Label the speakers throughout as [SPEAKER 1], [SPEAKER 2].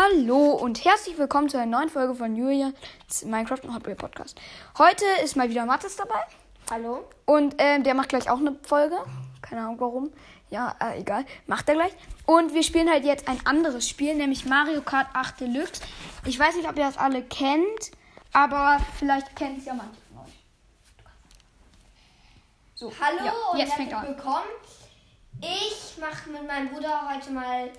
[SPEAKER 1] Hallo und herzlich willkommen zu einer neuen Folge von Julians Minecraft und Hot Wheels Podcast. Heute ist mal wieder Mathis dabei
[SPEAKER 2] Hallo?
[SPEAKER 1] und ähm, der macht gleich auch eine Folge. Keine Ahnung warum. Ja, äh, egal. Macht er gleich. Und wir spielen halt jetzt ein anderes Spiel, nämlich Mario Kart 8 Deluxe. Ich weiß nicht, ob ihr das alle kennt, aber vielleicht kennt es ja manche von euch. So,
[SPEAKER 2] Hallo
[SPEAKER 1] ja,
[SPEAKER 2] und
[SPEAKER 1] jetzt
[SPEAKER 2] herzlich
[SPEAKER 1] fängt er an.
[SPEAKER 2] willkommen. Ich mache mit meinem Bruder heute mal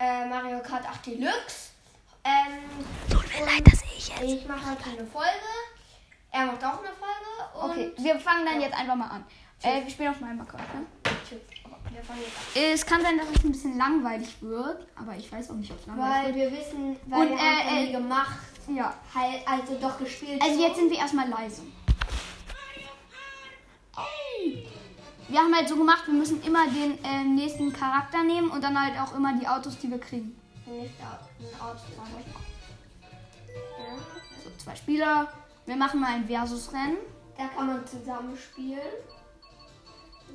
[SPEAKER 2] äh, Mario Kart 8 Deluxe. Ähm, Tut mir leid, dass ich jetzt. Ich mache heute eine Folge. Er macht auch eine Folge. Und
[SPEAKER 1] Okay, wir fangen dann jetzt einfach mal an. Äh, wir spielen auf meinem Account, ne?
[SPEAKER 2] Tschüss. Wir fangen jetzt an.
[SPEAKER 1] Es kann sein, dass es ein bisschen langweilig wird, aber ich weiß auch nicht, ob es langweilig
[SPEAKER 2] Weil wir wissen, weil
[SPEAKER 1] Und,
[SPEAKER 2] wir haben es
[SPEAKER 1] äh,
[SPEAKER 2] noch nie
[SPEAKER 1] äh,
[SPEAKER 2] gemacht.
[SPEAKER 1] wird. Ja.
[SPEAKER 2] Halt, also doch gespielt.
[SPEAKER 1] Also jetzt sind wir erstmal leise. Wir haben halt so gemacht, wir müssen immer den äh, nächsten Charakter nehmen und dann halt auch immer die Autos, die wir kriegen.
[SPEAKER 2] nicht da- ein Auto. Ja.
[SPEAKER 1] Also zwei Spieler. Wir machen mal ein Versus-Rennen.
[SPEAKER 2] Da kann man zusammen spielen.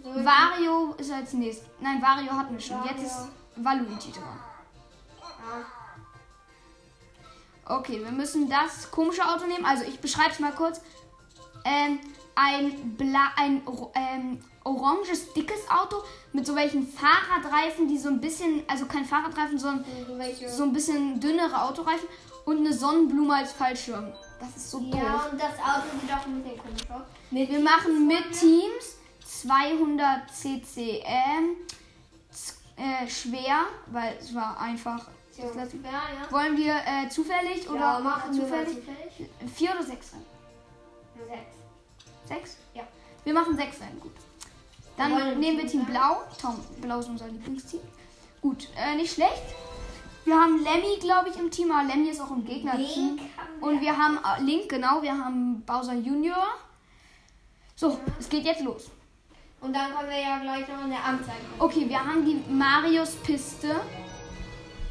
[SPEAKER 2] So,
[SPEAKER 1] Wario ist als nächstes. Nein, Wario hatten wir schon. Jetzt
[SPEAKER 2] Wario.
[SPEAKER 1] ist Waluigi dran.
[SPEAKER 2] ja.
[SPEAKER 1] Okay, wir müssen das komische Auto nehmen. Also ich beschreibe es mal kurz. Ähm, ein, bla ein or- ähm, oranges, dickes Auto mit so welchen Fahrradreifen, die so ein bisschen, also kein Fahrradreifen, sondern
[SPEAKER 2] So welche-
[SPEAKER 1] so ein bisschen dünnere Autoreifen und eine Sonnenblume als Fallschirm. Das ist so
[SPEAKER 2] Ja,
[SPEAKER 1] doof.
[SPEAKER 2] und das Auto sieht auch ein bisschen komisch aus.
[SPEAKER 1] Wir machen mit Teams 200 CCM äh, schwer, weil es war einfach. Das letzte-
[SPEAKER 2] Ja, ja.
[SPEAKER 1] Wollen wir äh, zufällig oder
[SPEAKER 2] ja, machen wir mal
[SPEAKER 1] zufällig?
[SPEAKER 2] zufällig.
[SPEAKER 1] Vier oder sechs Rennen?
[SPEAKER 2] Sechs.
[SPEAKER 1] Sechs?
[SPEAKER 2] Ja.
[SPEAKER 1] Wir machen sechs Rennen, gut. Dann
[SPEAKER 2] Wir wollen
[SPEAKER 1] nehmen wir Team
[SPEAKER 2] Team ne?
[SPEAKER 1] Blau. Tom, Blau ist unser Lieblingsteam. Gut, äh, nicht schlecht. Wir haben Lemmy, glaube ich, im Team, aber Lemmy ist auch im Gegnerteam.
[SPEAKER 2] Link haben wir.
[SPEAKER 1] Und wir haben äh, Link, genau, wir haben Bowser Junior. So, es geht jetzt los.
[SPEAKER 2] Und dann kommen wir ja gleich noch in der Anzeige.
[SPEAKER 1] Okay, wir haben die Marios Piste.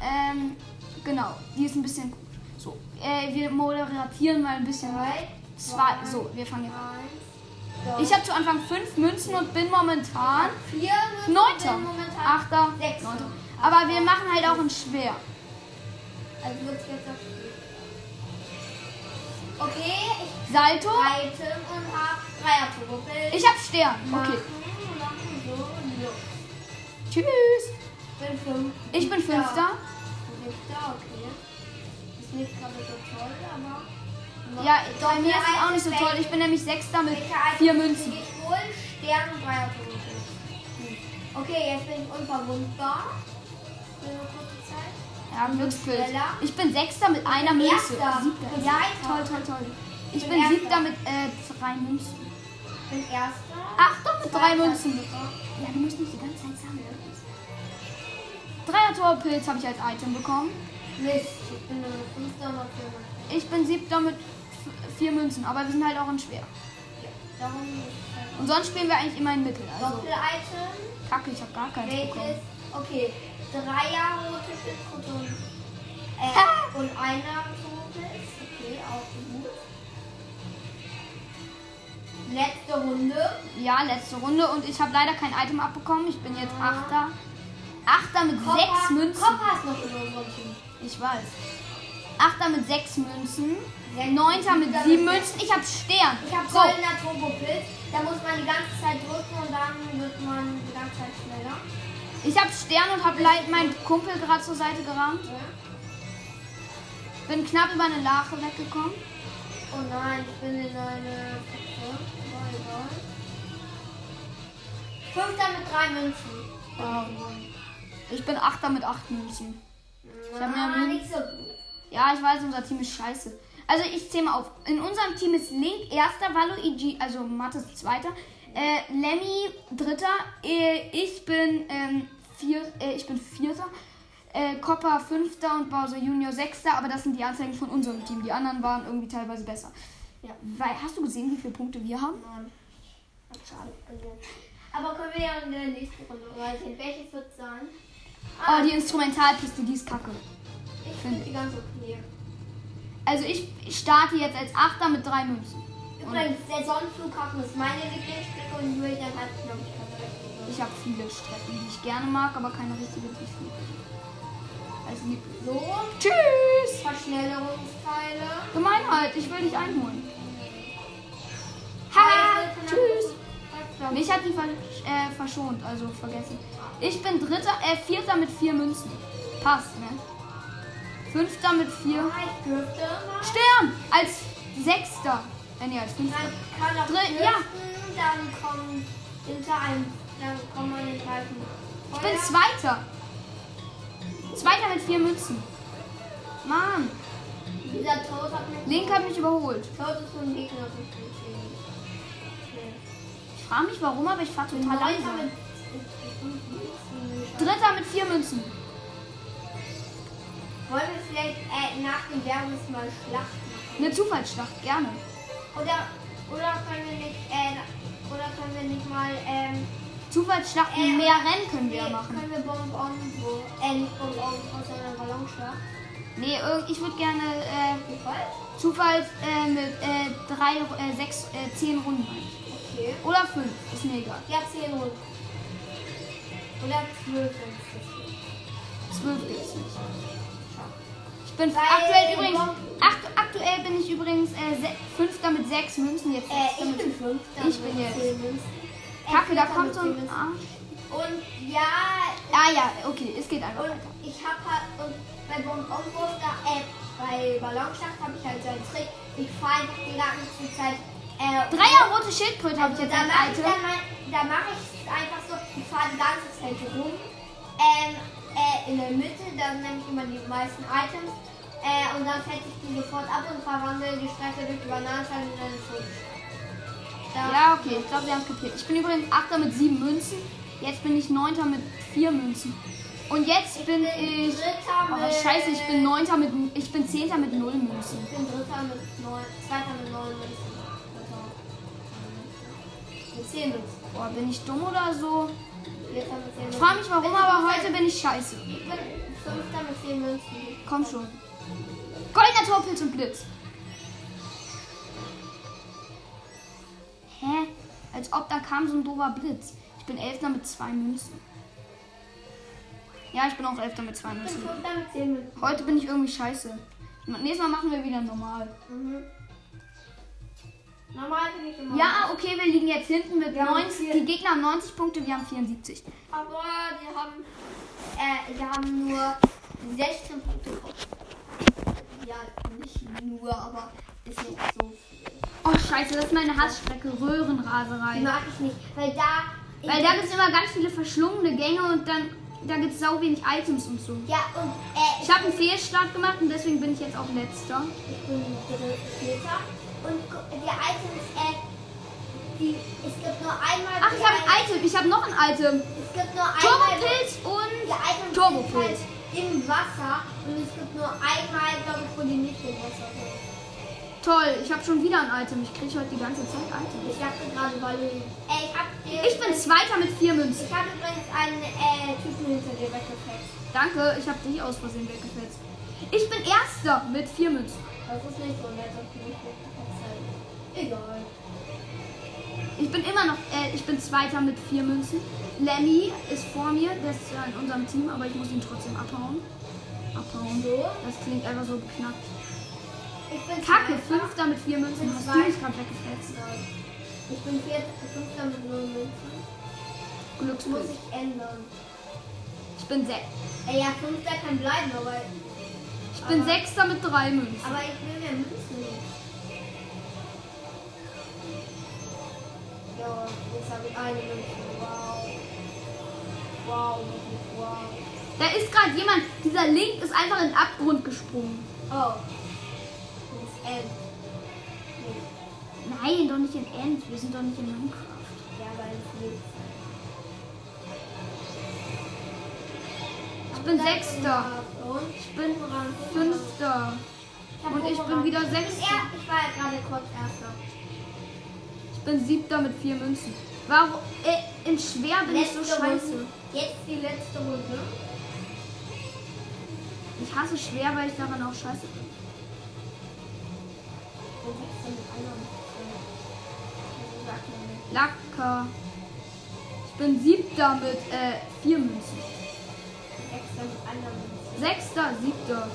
[SPEAKER 1] Ähm, genau, die ist ein bisschen gut. So, äh, wir moderatieren mal ein bisschen.
[SPEAKER 2] Drei,
[SPEAKER 1] Zwei, so, wir fangen jetzt an.
[SPEAKER 2] eins.
[SPEAKER 1] Ich habe zu Anfang fünf Münzen und bin momentan
[SPEAKER 2] vier Minuten
[SPEAKER 1] Neunter,
[SPEAKER 2] momentan.
[SPEAKER 1] Achter,
[SPEAKER 2] Sechster.
[SPEAKER 1] Neunter. Aber wir machen halt auch ein Schwer.
[SPEAKER 2] Also wird's jetzt noch schwierig. Okay, ich
[SPEAKER 1] Salto.
[SPEAKER 2] reite und hab Dreier Turbo.
[SPEAKER 1] Ich hab Stern.
[SPEAKER 2] machen,
[SPEAKER 1] Okay.
[SPEAKER 2] machen, so, und los.
[SPEAKER 1] Tschüss.
[SPEAKER 2] Ich bin fünf.
[SPEAKER 1] Ich bin Fünfter.
[SPEAKER 2] Fünfter, okay. Ist nicht gerade so toll, aber.
[SPEAKER 1] Ja, bei mir ist es auch nicht so toll. Ich bin nämlich Sechster mit vier Münzen.
[SPEAKER 2] Ich hol Stern und Dreier Hm. Okay, jetzt bin ich unverwundbar. Für eine kurze Zeit.
[SPEAKER 1] Ja, Glückspilz. Ich bin Sechster mit einer Münze.
[SPEAKER 2] Erster.
[SPEAKER 1] Siebter.
[SPEAKER 2] Bin
[SPEAKER 1] Ja,
[SPEAKER 2] Erster.
[SPEAKER 1] toll, toll, toll. Ich
[SPEAKER 2] Bin
[SPEAKER 1] bin
[SPEAKER 2] Erster.
[SPEAKER 1] Siebter mit äh, drei Münzen.
[SPEAKER 2] Ich bin Erster.
[SPEAKER 1] Achter mit Also drei
[SPEAKER 2] Zweiter.
[SPEAKER 1] Münzen. Ja, du musst nicht die ganze Zeit ne? sammeln. Dreier Torpilz habe ich als Item bekommen.
[SPEAKER 2] Mist, ich bin nur Fünfter und noch vier Münzen.
[SPEAKER 1] Ich bin Siebter mit f- vier Münzen, aber wir sind halt auch in Schwer.
[SPEAKER 2] Ja, darum ist es halt
[SPEAKER 1] Und sonst spielen wir eigentlich immer in Mittel.
[SPEAKER 2] auch-
[SPEAKER 1] Also,
[SPEAKER 2] Doppel-Item.
[SPEAKER 1] kacke, ich habe gar keins bekommen.
[SPEAKER 2] Welches? Okay, Dreier rote Schildkröte und,
[SPEAKER 1] Ha!
[SPEAKER 2] äh, und einer rote ist okay, auch gut. Letzte Runde.
[SPEAKER 1] Ja, letzte Runde und ich habe leider kein Item abbekommen. Ich bin jetzt
[SPEAKER 2] Ah.
[SPEAKER 1] Achter. Achter mit
[SPEAKER 2] Kopf
[SPEAKER 1] sechs
[SPEAKER 2] hat-
[SPEAKER 1] Münzen.
[SPEAKER 2] Kopf hat noch in unserem Team.
[SPEAKER 1] Ich weiß. Achter mit sechs Münzen.
[SPEAKER 2] Sechs.
[SPEAKER 1] Neunter mit
[SPEAKER 2] Siebter
[SPEAKER 1] sieben
[SPEAKER 2] mit-
[SPEAKER 1] Münzen. Ich habe Stern.
[SPEAKER 2] Ich habe
[SPEAKER 1] so.
[SPEAKER 2] goldener Turbopilz. Da muss man die ganze Zeit drücken und dann wird man die ganze Zeit schneller. ne?
[SPEAKER 1] Ich habe Stern und habe leid meinen Kumpel gerade zur Seite gerammt.
[SPEAKER 2] Ja.
[SPEAKER 1] Bin knapp über eine Lache weggekommen.
[SPEAKER 2] Oh nein, ich bin in eine Kette. Oh, egal. Fünfter mit drei Münzen.
[SPEAKER 1] Ich bin Achter mit acht Münzen.
[SPEAKER 2] Ich
[SPEAKER 1] hab mir-
[SPEAKER 2] Ah, nicht so gut.
[SPEAKER 1] Ja, ich weiß, unser Team ist scheiße. Also ich zähle mal auf. In unserem Team ist Link erster, Waluigi, also Mattes zweiter, äh, Lemmy dritter, äh, ich bin ähm, vier, äh, ich bin vierter, äh, Copper fünfter und Bowser Junior sechster. Aber das sind die Anzeigen von unserem Team. Die anderen waren irgendwie teilweise besser.
[SPEAKER 2] Ja.
[SPEAKER 1] Weil hast du gesehen, wie viele Punkte wir haben?
[SPEAKER 2] Nein. Schade. Aber können wir ja in der nächsten Runde reingehen. Welches wird sein? Ah,
[SPEAKER 1] Oh, die Instrumentalpiste, die ist kacke.
[SPEAKER 2] ich finde die ganz okay.
[SPEAKER 1] Also ich starte jetzt als Achter mit drei Münzen.
[SPEAKER 2] Übrigens, der Sonnenflughafen ist meine Lieblingsstrecke und Julian hat, glaube ich, keine
[SPEAKER 1] Ich habe viele Strecken, die ich gerne mag, aber keine richtige, die ich liebe. als Liebling.
[SPEAKER 2] So rum.
[SPEAKER 1] Also, Tschüss!
[SPEAKER 2] Verschnellerungsteile.
[SPEAKER 1] Gemeinheit, ich will dich einholen.
[SPEAKER 2] Teile
[SPEAKER 1] Haha,
[SPEAKER 2] von der
[SPEAKER 1] tschüss!
[SPEAKER 2] Kuh-
[SPEAKER 1] Mich hat die ver äh, verschont, also vergessen. Ich bin dritter, äh, vierter mit vier Münzen. Passt, ne? Fünfter mit vier.
[SPEAKER 2] Ah, Ich dürfte mal.
[SPEAKER 1] Stern! Als sechster. Äh, nee, als fünfter.
[SPEAKER 2] Man kann auch
[SPEAKER 1] Drin-
[SPEAKER 2] Drin,
[SPEAKER 1] ja.
[SPEAKER 2] dann kommen hinter einem, dann kommt man in Reifen.
[SPEAKER 1] Ich bin zweiter. Zweiter mit vier Münzen. Mann,
[SPEAKER 2] Dieser Tod hat mich.
[SPEAKER 1] Link hat mich überholt.
[SPEAKER 2] Tod ist so ein Gegner für mich.
[SPEAKER 1] Ich frage mich warum, aber ich fahre total
[SPEAKER 2] Leute
[SPEAKER 1] langsam.
[SPEAKER 2] mit. Wollen
[SPEAKER 1] Dritter mit vier Münzen.
[SPEAKER 2] wir vielleicht äh, nach dem Werbes mal Schlacht machen?
[SPEAKER 1] Eine Zufallsschlacht, gerne.
[SPEAKER 2] Oder, oder können wir nicht, äh, oder können wir nicht mal, ähm,
[SPEAKER 1] Zufallsschlachten,
[SPEAKER 2] Äh,
[SPEAKER 1] mehr Rennen können wir
[SPEAKER 2] nee,
[SPEAKER 1] machen.
[SPEAKER 2] Können wir Bonbon, wo, äh, nicht Bonbon, sondern Ballonschlacht?
[SPEAKER 1] Nee, irgend- ich würde gerne äh,
[SPEAKER 2] Wie voll?
[SPEAKER 1] Zufalls äh, mit äh, drei, äh, sechs, äh, zehn Runden meine ich.
[SPEAKER 2] Okay.
[SPEAKER 1] Oder fünf, ist mir egal.
[SPEAKER 2] Ja, 10 Runden. Oder 12 Runden.
[SPEAKER 1] Zwölf gibt's nicht. Ich bin
[SPEAKER 2] Weil-
[SPEAKER 1] aktuell übrigens, akt aktuell bin ich übrigens äh, se- fünfter mit sechs Münzen, jetzt sechster
[SPEAKER 2] Äh, ich
[SPEAKER 1] mit
[SPEAKER 2] bin 5.
[SPEAKER 1] Ich bin jetzt.
[SPEAKER 2] Äh,
[SPEAKER 1] Kacke, da
[SPEAKER 2] Fünfter
[SPEAKER 1] kommt
[SPEAKER 2] mit
[SPEAKER 1] so ein
[SPEAKER 2] Siemens.
[SPEAKER 1] Arsch.
[SPEAKER 2] Und ja,
[SPEAKER 1] Ah ja, okay, es geht einfach
[SPEAKER 2] und
[SPEAKER 1] weiter.
[SPEAKER 2] ich hab halt, und bei Bonbonwurf da, äh, bei Ballonschlacht habe ich halt so einen Trick. Ich fahre einfach die ganze Zeit, äh,
[SPEAKER 1] Dreier rote Schildkröte habe ich
[SPEAKER 2] Also
[SPEAKER 1] jetzt
[SPEAKER 2] da
[SPEAKER 1] als
[SPEAKER 2] mache ich,
[SPEAKER 1] alte.
[SPEAKER 2] dann mal- da mach ich einfach so, ich fahre die ganze Zeit rum. Ähm, äh, in der Mitte, dann nehme ich immer die meisten Items. Äh, und dann fette ich die sofort ab und verwandle die Strecke durch die Bananenschale in eine Schulschale.
[SPEAKER 1] Ja, okay, ich glaube, wir haben es kapiert. Ich bin übrigens Achter mit sieben Münzen. Jetzt bin ich Neunter mit vier Münzen. Und jetzt bin ich.
[SPEAKER 2] Dritter
[SPEAKER 1] Oh,
[SPEAKER 2] mit,
[SPEAKER 1] scheiße, ich bin Neunter mit. Ich bin Zehnter mit null Münzen.
[SPEAKER 2] Ich bin Dritter mit neun, Zweiter mit neun Münzen. Dritter Mit zehn Münzen.
[SPEAKER 1] Boah, bin ich dumm oder so?
[SPEAKER 2] Vierter mit zehn
[SPEAKER 1] Ich
[SPEAKER 2] Münzen.
[SPEAKER 1] frage mich warum, aber heute bin ich scheiße.
[SPEAKER 2] Ich bin Fünfter mit zehn Münzen.
[SPEAKER 1] Komm schon. Goldener Torpilz und Blitz. Hä? Als ob da kam so ein doofer Blitz. Ich bin Elfter mit zwei Münzen. Ja, ich bin auch Elfter mit zwei
[SPEAKER 2] Ich bin
[SPEAKER 1] Münzen.
[SPEAKER 2] Fünfter mit zehn Münzen.
[SPEAKER 1] Heute bin ich irgendwie scheiße. Nächstes Mal machen wir wieder normal.
[SPEAKER 2] Mhm. Normal bin ich immer.
[SPEAKER 1] Ja, okay, wir liegen jetzt hinten mit
[SPEAKER 2] Wir haben
[SPEAKER 1] 90.
[SPEAKER 2] vier-
[SPEAKER 1] Die Gegner haben 90 Punkte, wir haben 74.
[SPEAKER 2] Aber wir haben, äh, wir haben nur 16 Punkte. Ja, nicht nur, aber ist nicht so.
[SPEAKER 1] Oh, scheiße, das ist meine Hassstrecke,
[SPEAKER 2] Die
[SPEAKER 1] Röhrenraserei.
[SPEAKER 2] mag ich nicht, weil da.
[SPEAKER 1] Weil da gibt es immer ganz viele verschlungene Gänge und dann da gibt es sau wenig Items und so.
[SPEAKER 2] Ja, und äh,
[SPEAKER 1] Ich habe einen Fehlstart gemacht und deswegen bin ich jetzt auch letzter.
[SPEAKER 2] ich bin dritter, vierter. Und gu- die Items, äh, die, es gibt nur einmal.
[SPEAKER 1] Ach, ich habe ein Item, ich habe noch ein Item.
[SPEAKER 2] Es gibt nur einmal.
[SPEAKER 1] Turbopilz
[SPEAKER 2] Die
[SPEAKER 1] und
[SPEAKER 2] Items sind halt
[SPEAKER 1] Turbopilz.
[SPEAKER 2] im Wasser und es gibt nur einmal, glaube ich, wo die nicht im Wasser sind.
[SPEAKER 1] Toll, ich habe schon wieder ein Item. Ich kriege heute die ganze Zeit Items.
[SPEAKER 2] Ich dachte gerade, weil du. Äh, ich hab dir.
[SPEAKER 1] Ich bin Zweiter mit vier Münzen.
[SPEAKER 2] Ich habe übrigens einen äh, Typen hinter dir weggefetzt.
[SPEAKER 1] Danke, ich habe dich aus Versehen weggefetzt. Ich bin Erster mit vier Münzen.
[SPEAKER 2] Das ist nicht so nett, dass du mich weggefetzt hast. Egal.
[SPEAKER 1] Ich bin immer noch, äh, ich bin Zweiter mit vier Münzen. Lemmy ist vor mir, der ist ja in unserem Team, aber ich muss ihn trotzdem abhauen. Abhauen.
[SPEAKER 2] So.
[SPEAKER 1] Das klingt einfach so beknackt.
[SPEAKER 2] Ich bin
[SPEAKER 1] Kacke,
[SPEAKER 2] Zweiter.
[SPEAKER 1] Fünfter mit vier Münzen.
[SPEAKER 2] Mit
[SPEAKER 1] Hast
[SPEAKER 2] zwei.
[SPEAKER 1] du mich gerade weggefetzt?
[SPEAKER 2] Nein. Ich bin Vierter, Fünfter mit null Münzen. Das muss
[SPEAKER 1] Glücksmünzen.
[SPEAKER 2] ich ändern.
[SPEAKER 1] Ich bin, sech
[SPEAKER 2] Äh, ja, Fünfter kann bleiben, aber,
[SPEAKER 1] ich bin
[SPEAKER 2] Aber-
[SPEAKER 1] Sechster mit drei Münzen.
[SPEAKER 2] aber ich will mehr Münzen. Ja, jetzt habe ich eine Münze. Wow. Wow, wow.
[SPEAKER 1] Da ist gerade jemand, dieser Link ist einfach in den Abgrund gesprungen.
[SPEAKER 2] Oh. Das End.
[SPEAKER 1] Nein, doch nicht in End. Wir sind doch nicht in Minecraft.
[SPEAKER 2] Ja, weil es nicht.
[SPEAKER 1] Ich bin Sechster. Ich bin Fünfter. Und ich bin wieder Sechster.
[SPEAKER 2] Ja, ich war ja gerade kurz Erster.
[SPEAKER 1] Ich bin Siebter mit vier Münzen. Warum? Äh, in Schwer bin ich so scheiße.
[SPEAKER 2] Runde. Jetzt die letzte Runde.
[SPEAKER 1] Ich hasse Schwer, weil ich daran auch scheiße bin.
[SPEAKER 2] Und Sechster mit einer Münze. Sag mir nicht.
[SPEAKER 1] Lacker. Ich bin Siebter mit äh, vier Münzen.
[SPEAKER 2] Sechster mit einer Münze.
[SPEAKER 1] Sechster, siebter.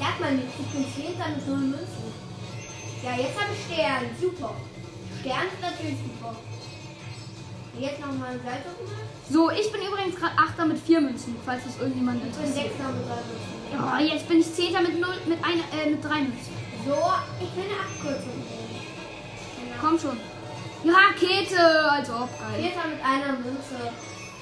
[SPEAKER 2] Sag mal, mit Zyklen dann mit null Münzen. Ja, jetzt habe ich Stern. Super. Stern ist natürlich super. Und jetzt nochmal ein Salto gemacht.
[SPEAKER 1] So, ich bin übrigens gerade Achter mit vier Münzen, falls das irgendjemand
[SPEAKER 2] Ich bin
[SPEAKER 1] interessiert.
[SPEAKER 2] Sechster mit drei Münzen.
[SPEAKER 1] Ja, jetzt bin ich Zehnter mit, null, mit, einer, äh, mit drei Münzen.
[SPEAKER 2] So, ich will eine Abkürzung nehmen. Genau.
[SPEAKER 1] Komm schon. Die Rakete, als ob, geil.
[SPEAKER 2] Vierter mit einer Münze.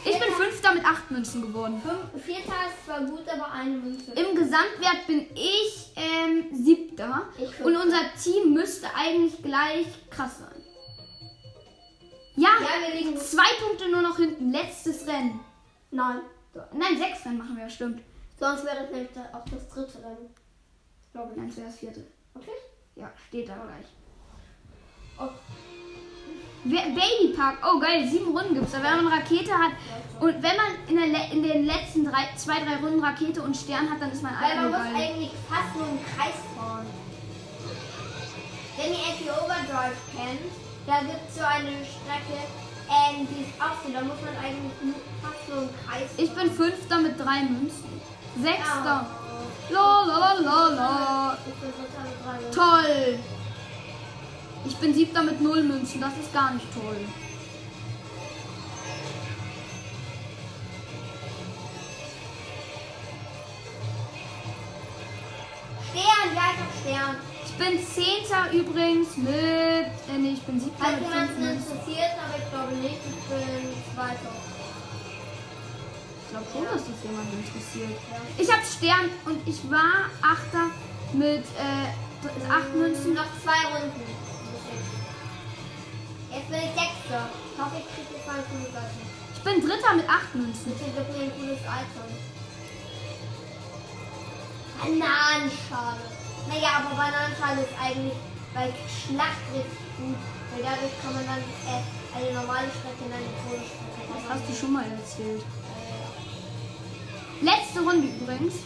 [SPEAKER 1] Ich bin Fünfter mit acht Münzen geworden.
[SPEAKER 2] Fünf, vierter ist zwar gut, aber eine Münze.
[SPEAKER 1] Im Gesamtwert bin ich ähm, Siebter.
[SPEAKER 2] Ich Fünfter.
[SPEAKER 1] Und unser Team müsste eigentlich gleich krass sein. Ja,
[SPEAKER 2] Ja, wir liegen-
[SPEAKER 1] zwei Punkte nur noch hinten. Letztes Rennen.
[SPEAKER 2] Nein.
[SPEAKER 1] So, Nein, sechs Rennen machen wir, stimmt.
[SPEAKER 2] Sonst wäre es nämlich da- auch das dritte Rennen. Glaube ich.
[SPEAKER 1] Nein, zuerst vierte.
[SPEAKER 2] Okay.
[SPEAKER 1] Ja, steht da gleich.
[SPEAKER 2] Oh.
[SPEAKER 1] Wer- Baby Park. Oh geil, sieben Runden gibt's. Aber wenn man Rakete hat und wenn man in, der Le in den letzten drei, zwei, drei Runden Rakete und Stern hat, dann ist man
[SPEAKER 2] Weil man
[SPEAKER 1] einfach
[SPEAKER 2] muss
[SPEAKER 1] geil.
[SPEAKER 2] eigentlich fast nur im Kreis fahren. Wenn ihr Anti Overdrive kennt, da gibt es so eine Strecke, ähm, die ist auch so. Da muss man eigentlich nur, fast nur im Kreis fahren.
[SPEAKER 1] Ich bin Fünfter mit drei Münzen. Sechster.
[SPEAKER 2] Ah.
[SPEAKER 1] La, la, la, la.
[SPEAKER 2] Ich bin total dran.
[SPEAKER 1] Toll. Ich bin Siebter mit null Münzen. Das ist gar nicht toll.
[SPEAKER 2] Stern, ja, ich hab Stern.
[SPEAKER 1] Ich bin Zehnter übrigens mit... Äh, nee, ich bin Siebter
[SPEAKER 2] Falls
[SPEAKER 1] mit fünf
[SPEAKER 2] jemanden
[SPEAKER 1] Münzen.
[SPEAKER 2] interessiert, aber ich glaube nicht, ich bin Zweiter.
[SPEAKER 1] Ich glaube schon, dass das jemanden interessiert.
[SPEAKER 2] Ja.
[SPEAKER 1] Ich habe Stern und ich war Achter mit äh, 8 Münzen.
[SPEAKER 2] Noch zwei Runden. Jetzt bin ich Sechster. Ich hoffe, ich kriege jetzt mal ein cooles Item.
[SPEAKER 1] Ich bin Dritter mit 8 Münzen.
[SPEAKER 2] Bitte gib mir ein cooles Item. Bananenschale. Naja, aber Bananenschale ist eigentlich bei Schlacht richtig gut. Weil dadurch kann man dann äh, eine normale Strecke in eine Todesstrecke
[SPEAKER 1] Das
[SPEAKER 2] machen.
[SPEAKER 1] hast du schon mal erzählt.
[SPEAKER 2] Äh,
[SPEAKER 1] Letzte Runde übrigens.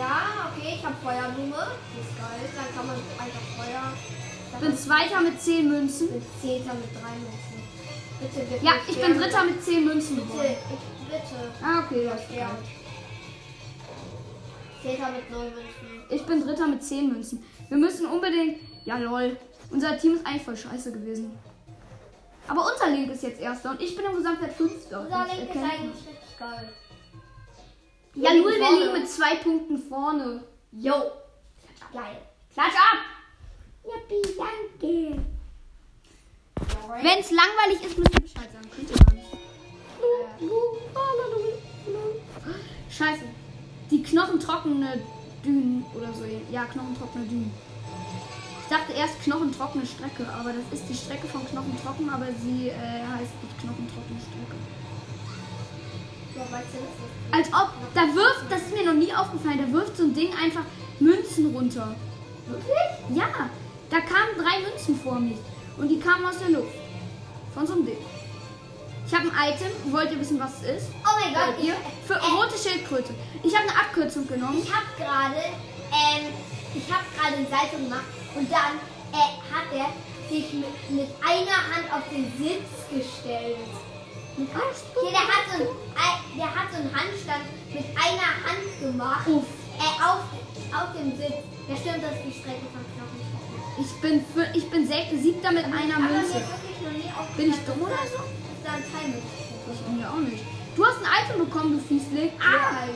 [SPEAKER 2] ja, okay, ich habe Feuerblume. Die ist geil. Dann kann man einfach Feuer.
[SPEAKER 1] Ich bin Zweiter mit 10 Münzen.
[SPEAKER 2] mit Zehnter mit drei Münzen. Bitte gib
[SPEAKER 1] Ja,
[SPEAKER 2] mir
[SPEAKER 1] ich
[SPEAKER 2] Sterne.
[SPEAKER 1] bin Dritter mit 10 Münzen
[SPEAKER 2] Bitte,
[SPEAKER 1] geworden.
[SPEAKER 2] ich bitte.
[SPEAKER 1] Ah, okay, ja, ich bin
[SPEAKER 2] Ja.
[SPEAKER 1] bereit.
[SPEAKER 2] Zehnter mit neun Münzen.
[SPEAKER 1] Ich bin Dritter mit 10 Münzen. Wir müssen unbedingt... Ja, lol. Unser Team ist eigentlich voll scheiße gewesen. Aber unser Link ist jetzt Erster und ich bin im Gesamtwert Fünfter.
[SPEAKER 2] Unser
[SPEAKER 1] Ich
[SPEAKER 2] Link ist
[SPEAKER 1] erkenne-
[SPEAKER 2] eigentlich richtig geil.
[SPEAKER 1] Ja, Lul, wir
[SPEAKER 2] vorne.
[SPEAKER 1] liegen mit zwei Punkten vorne.
[SPEAKER 2] Yo. Geil.
[SPEAKER 1] Klatsch ab!
[SPEAKER 2] Yippie, danke.
[SPEAKER 1] Wenn es langweilig ist, müsst ihr Bescheid sagen. Könnt ihr gar nicht. Scheiße. Die knochentrockene Dünen oder so. Ja, knochentrockene Dünen. Ich dachte erst knochentrockene Strecke, aber das ist die Strecke von knochentrocken, aber sie äh, heißt nicht knochentrockene Strecke.
[SPEAKER 2] Ja, weißt du, das ist-
[SPEAKER 1] Als ob, da wirft, das ist mir noch nie aufgefallen, da wirft so ein Ding einfach Münzen runter.
[SPEAKER 2] Wirklich?
[SPEAKER 1] Ja, da kamen drei Münzen vor mich und die kamen aus der Luft. Von so einem Ding. Ich habe ein Item, wollt ihr wissen, was es ist?
[SPEAKER 2] Oh mein Gott,
[SPEAKER 1] Wollt ihr? Für
[SPEAKER 2] äh,
[SPEAKER 1] rote Schildkröte. Ich habe eine Abkürzung genommen.
[SPEAKER 2] Ich habe gerade, ähm, ich habe gerade ein Salto gemacht und dann äh, hat er sich mit, mit einer Hand auf den Sitz gestellt.
[SPEAKER 1] Mit
[SPEAKER 2] Hier, der hat so ein, äh, der hat so einen Handstand mit einer Hand gemacht.
[SPEAKER 1] Uff.
[SPEAKER 2] Äh, auf, auf dem Sitz. Ja, stimmt, das ist die Strecke von Knochen.
[SPEAKER 1] Ich bin, fün- ich bin sel- siebter mit einer
[SPEAKER 2] Aber mir ist
[SPEAKER 1] Münze.
[SPEAKER 2] wirklich noch nie aufgefallen.
[SPEAKER 1] Bin ich dumm oder so?
[SPEAKER 2] Das ist da ein Teil mit.
[SPEAKER 1] Ich bin ja auch nicht. Du hast ein Item bekommen, du Fiesling. Ah,
[SPEAKER 2] Ah!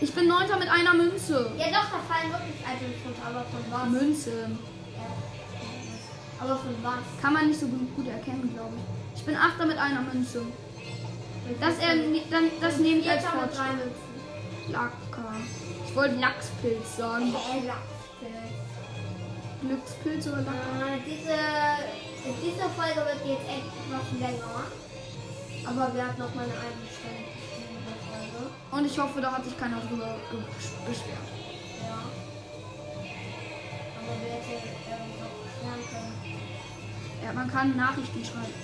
[SPEAKER 1] ich bin neunter mit einer Münze. Ah,
[SPEAKER 2] Ja, doch, da fallen wirklich Items runter, aber von was?
[SPEAKER 1] Münze.
[SPEAKER 2] Ja. Aber von was?
[SPEAKER 1] Kann man nicht so gut, gut erkennen, glaube ich. Ich bin achter mit einer Münze. Das, er, dann, das nehme ich als
[SPEAKER 2] Vierter mit
[SPEAKER 1] Fortschritt.
[SPEAKER 2] drei Münzen.
[SPEAKER 1] Lacker. Ich wollte Lachspilz sagen.
[SPEAKER 2] Äh, ja.
[SPEAKER 1] Glückspilz oder Lacker?
[SPEAKER 2] Äh, Diese, diese Folge wird jetzt echt etwas länger. Aber wir haben noch mal eine eigene Stunde Folge.
[SPEAKER 1] Und ich hoffe, da hat sich keiner drüber ge- besch- beschwert.
[SPEAKER 2] Ja. Aber wir hätten irgendwie noch lernen können.
[SPEAKER 1] Ja, man kann Nachrichten schreiben.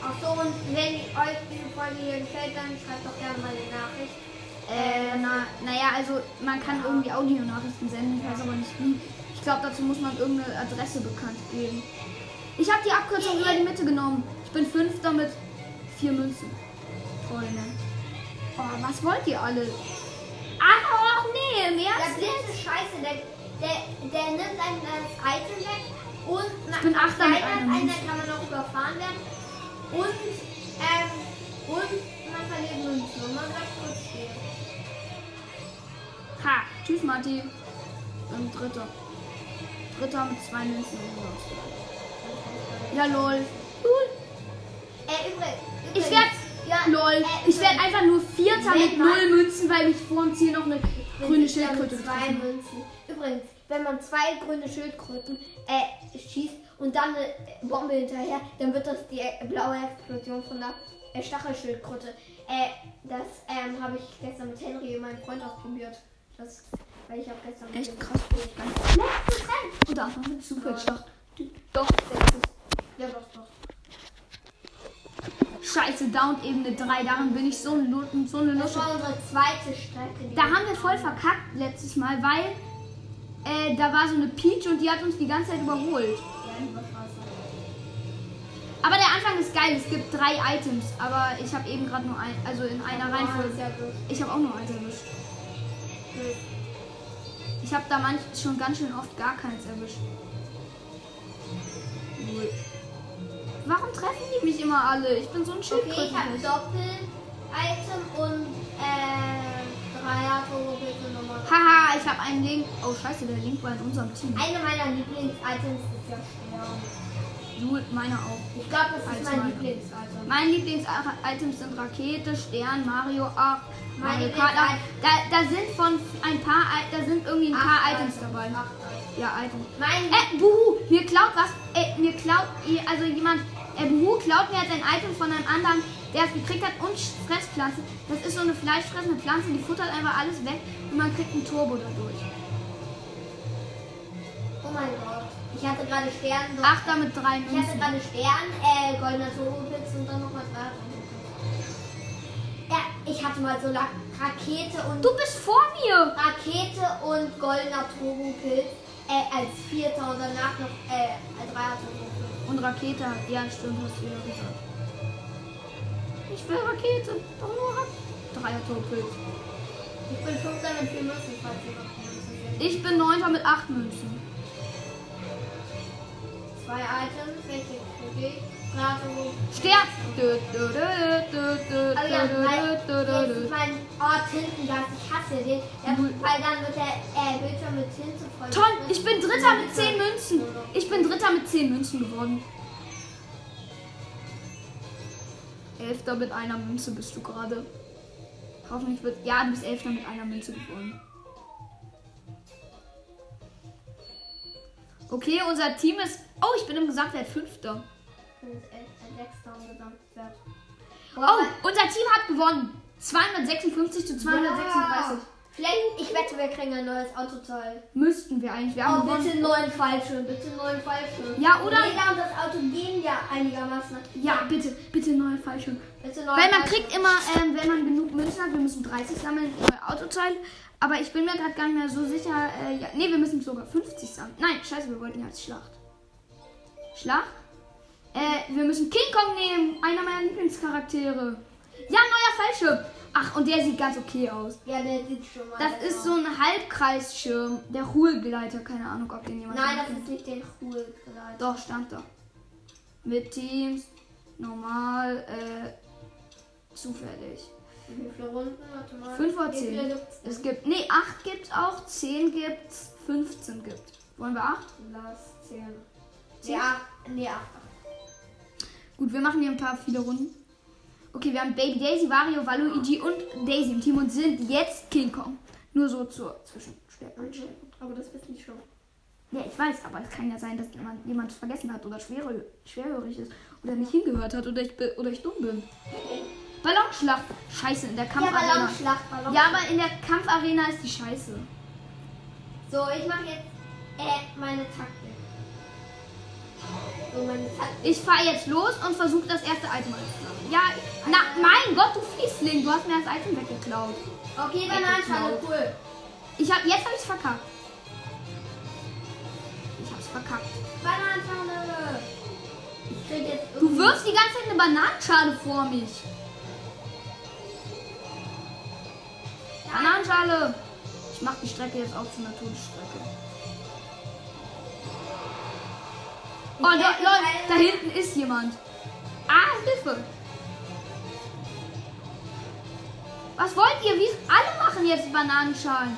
[SPEAKER 2] Achso, und wenn euch diese Folge hier gefällt, dann schreibt doch gerne mal eine Nachricht.
[SPEAKER 1] Äh, na, naja, also man kann irgendwie Audionachrichten senden, ich weiß aber nicht wie. Ich glaube, dazu muss man irgendeine Adresse bekannt geben. Ich habe die Abkürzung über die Mitte genommen. Ich bin Fünfter mit vier Münzen. Toll, ne? Oh, was wollt ihr alle? Ach, och, nee, im
[SPEAKER 2] Der
[SPEAKER 1] Ernst
[SPEAKER 2] Blitz
[SPEAKER 1] jetzt?
[SPEAKER 2] ist scheiße. Der, der, der nimmt einem das Item weg und macht
[SPEAKER 1] bin Achter mit
[SPEAKER 2] kleiner
[SPEAKER 1] einem
[SPEAKER 2] als einer
[SPEAKER 1] Hund.
[SPEAKER 2] kann man noch überfahren werden. Und, ähm, und man verliert Münzen und man bleibt kurz stehen.
[SPEAKER 1] Ha, tschüss, Matti. Und dritter. Dritter mit zwei Münzen. Ja, lol. Cool.
[SPEAKER 2] Äh, übrigens.
[SPEAKER 1] Ich
[SPEAKER 2] übrigens-
[SPEAKER 1] werd-
[SPEAKER 2] ja,
[SPEAKER 1] Lol.
[SPEAKER 2] äh,
[SPEAKER 1] Ich werde
[SPEAKER 2] übrigens,
[SPEAKER 1] einfach nur Vierter mit
[SPEAKER 2] Wenn man-
[SPEAKER 1] null Münzen, weil ich vor dem Ziel noch eine
[SPEAKER 2] wenn
[SPEAKER 1] grüne
[SPEAKER 2] ich damit
[SPEAKER 1] Schildkröte
[SPEAKER 2] Zwei
[SPEAKER 1] getroffen habe.
[SPEAKER 2] Münzen. Übrigens, wenn man zwei grüne Schildkröten äh, schießt und dann eine Bombe hinterher, dann wird das die äh, blaue Explosion von der äh, Stachelschildkröte. Äh, das ähm, habe ich gestern mit Henry und meinem Freund ausprobiert. Das, weil ich auch gestern. mit
[SPEAKER 1] Echt
[SPEAKER 2] dem-
[SPEAKER 1] krass.
[SPEAKER 2] Letztes Rennen.
[SPEAKER 1] Oder einfach mit Zufallsschlag.
[SPEAKER 2] Doch, letztes. Ja, doch, doch.
[SPEAKER 1] Scheiße, Down-Ebene 3. Darin bin ich so, ein Lu- so eine
[SPEAKER 2] Das
[SPEAKER 1] Lusche.
[SPEAKER 2] war unsere zweite Strecke. die
[SPEAKER 1] Da
[SPEAKER 2] wir
[SPEAKER 1] haben wir voll verkackt letztes Mal, weil äh, da war so eine Peach und die hat uns die ganze Zeit überholt.
[SPEAKER 2] Ja, über Straße.
[SPEAKER 1] Aber der Anfang ist geil. Es gibt drei Items, aber ich habe eben gerade nur ein, also in einer
[SPEAKER 2] Ah,
[SPEAKER 1] Reihenfolge.
[SPEAKER 2] sehr gut.
[SPEAKER 1] Ich habe auch nur eins erwischt.
[SPEAKER 2] Gut.
[SPEAKER 1] Ich habe da manch schon ganz schön oft gar keins erwischt. Null. Warum treffen die mich immer alle? Ich bin so ein
[SPEAKER 2] Okay, ich habe
[SPEAKER 1] Schildkröten.
[SPEAKER 2] Doppel-Item und ähm, Dreier-Turbo-Bitte Nummer.
[SPEAKER 1] Haha, ich habe einen Link. Oh scheiße, der Link war in unserem Team.
[SPEAKER 2] Eine meiner Lieblings-Items ist ja schwer.
[SPEAKER 1] Null, meiner auch.
[SPEAKER 2] Ich glaube, das ist
[SPEAKER 1] Als
[SPEAKER 2] mein
[SPEAKER 1] meine.
[SPEAKER 2] Lieblings-Item.
[SPEAKER 1] Mein Lieblings-Items sind Rakete, Stern, Mario 8,
[SPEAKER 2] Mein
[SPEAKER 1] Mario Kart.
[SPEAKER 2] Lieblings-
[SPEAKER 1] Da, da sind von ein paar, I- da sind irgendwie ein paar
[SPEAKER 2] Acht
[SPEAKER 1] Items
[SPEAKER 2] Items,
[SPEAKER 1] dabei.
[SPEAKER 2] acht Items.
[SPEAKER 1] Ja, Items.
[SPEAKER 2] Mein
[SPEAKER 1] Äh, Buhu, mir klaut was. Äh, mir klaut, ihr- also jemand, äh, Buhu klaut mir jetzt ein Item von einem anderen, der es gekriegt hat und Fresspflanze. Das ist so eine fleischfressende Pflanze, die futtert einfach alles weg und man kriegt einen Turbo dadurch.
[SPEAKER 2] Oh mein Gott. Ich hatte gerade Stern.
[SPEAKER 1] Achter mit drei
[SPEAKER 2] Ich hatte
[SPEAKER 1] Münzen.
[SPEAKER 2] gerade Stern, äh, goldener Turbopilz und dann nochmal drei. Ja, ich hatte mal so La Rakete und
[SPEAKER 1] Du bist vor mir.
[SPEAKER 2] Rakete und goldener Turbopilz äh, als vierter und danach noch äh, als dreier Turbopilz.
[SPEAKER 1] Und Rakete, ja, stimmt, hast du ja gesagt. Ich will Rakete, doch nur Rakete. Dreier Turbo.
[SPEAKER 2] Ich bin fünfter mit vier Münzen, falls ihr noch vier Münzen seht.
[SPEAKER 1] Ich bin neunter mit acht Münzen.
[SPEAKER 2] Zwei Items, welche kriege ich? Drei Turbopilz.
[SPEAKER 1] Stern.
[SPEAKER 2] Aber Also, ja, weil jetzt ist mein Ort hinten, ich hasse den, ja,
[SPEAKER 1] Null.
[SPEAKER 2] weil dann wird der äh, Bildschirm mit Tinte voll.
[SPEAKER 1] Hm. Toll, ich bin Dritter mit 10 Münzen. Ich bin Dritter mit 10 Münzen geworden. Elfter mit einer Münze bist du gerade. Hoffentlich wird. Ja, du bist Elfter mit einer Münze geworden. Okay, unser Team ist. Oh, ich bin im Gesamtwert Fünfter.
[SPEAKER 2] Ich bin jetzt elf- äh, sechster im Gesamtwert.
[SPEAKER 1] Oh, unser Team hat gewonnen. 256 zu 236.
[SPEAKER 2] Ja. Vielleicht, ich wette, wir kriegen ein neues Autoteil.
[SPEAKER 1] Müssten wir eigentlich. Wir haben
[SPEAKER 2] Ah. Oh,
[SPEAKER 1] gewonnen.
[SPEAKER 2] bitte neun Fallschirm, bitte neun Fallschirm.
[SPEAKER 1] Ja, oder-
[SPEAKER 2] Jeder und das Auto gehen ja einigermaßen.
[SPEAKER 1] Ja, bitte, bitte neue Fallschirm.
[SPEAKER 2] Bitte neun
[SPEAKER 1] Weil man
[SPEAKER 2] Fallschirm.
[SPEAKER 1] kriegt immer, ähm, wenn man genug Münzen hat, wir müssen 30 sammeln für Autoteile. Aber ich bin mir gerade gar nicht mehr so sicher. Äh, ja, nee, wir müssen sogar 50 sammeln. Nein, scheiße, wir wollten ja als Schlacht. Schlacht? Äh, wir müssen King Kong nehmen. Einer meiner Lieblingscharaktere. Ja, neuer Fallschirm. Ach, und der sieht ganz okay aus.
[SPEAKER 2] Ja, der sieht schon mal.
[SPEAKER 1] Das
[SPEAKER 2] besser
[SPEAKER 1] ist so ein Halbkreisschirm. Der Ruhegleiter, keine Ahnung, ob den
[SPEAKER 2] aus.
[SPEAKER 1] jemand
[SPEAKER 2] Nein,
[SPEAKER 1] kennt.
[SPEAKER 2] das ist nicht den Ruhegrad.
[SPEAKER 1] Doch, stand da. Mit Teams, normal, äh, zufällig.
[SPEAKER 2] Wie viele Runden? Warte mal.
[SPEAKER 1] Fünf oder
[SPEAKER 2] Wie
[SPEAKER 1] zehn?
[SPEAKER 2] viele gibt's?
[SPEAKER 1] Es gibt, nee, 8 gibt's auch, 10 gibt's, 15 gibt. Wollen wir 8?
[SPEAKER 2] Lass zehn.
[SPEAKER 1] Zehn?
[SPEAKER 2] Ja, Hm? nee, acht.
[SPEAKER 1] Gut, wir machen hier ein paar viele Runden. Okay, wir haben Baby Daisy, Wario, Waluigi und Daisy im Team und sind jetzt King Kong. Nur so zur
[SPEAKER 2] Hm.
[SPEAKER 1] Zwischenstellung.
[SPEAKER 2] Aber das wissen die schon.
[SPEAKER 1] Ja, ich weiß, aber es kann ja sein, dass jemand, jemand vergessen hat oder schwerhö- schwerhörig ist oder nicht hingehört hat oder ich, bin- oder ich dumm bin. Ballonschlacht. Scheiße, in der
[SPEAKER 2] Ja,
[SPEAKER 1] Kampfarena.
[SPEAKER 2] Ballonschlacht, Ballon.
[SPEAKER 1] Ja, aber in der Kampfarena ist die Scheiße.
[SPEAKER 2] So, ich mache jetzt äh, meine Taktik. So, meine Taktik.
[SPEAKER 1] Ich fahre jetzt los und versuche das erste Item einzusammeln. Ja, na, mein Gott, du Fiesling, du hast mir das Item weggeklaut.
[SPEAKER 2] Okay, Bananenschale,
[SPEAKER 1] Genau.
[SPEAKER 2] cool.
[SPEAKER 1] Ich hab, jetzt habe ich verkackt. Ich hab's verkackt.
[SPEAKER 2] Bananenschale. Ich krieg jetzt
[SPEAKER 1] Du
[SPEAKER 2] irgendwie...
[SPEAKER 1] wirfst die ganze Zeit eine Bananenschale vor mich. Bananenschale. Ich mache die Strecke jetzt auch zu einer Todesstrecke. Oh, da, lol, da hinten ist jemand. Ah, Hilfe. Was wollt ihr? Wie alle machen jetzt Bananenschalen.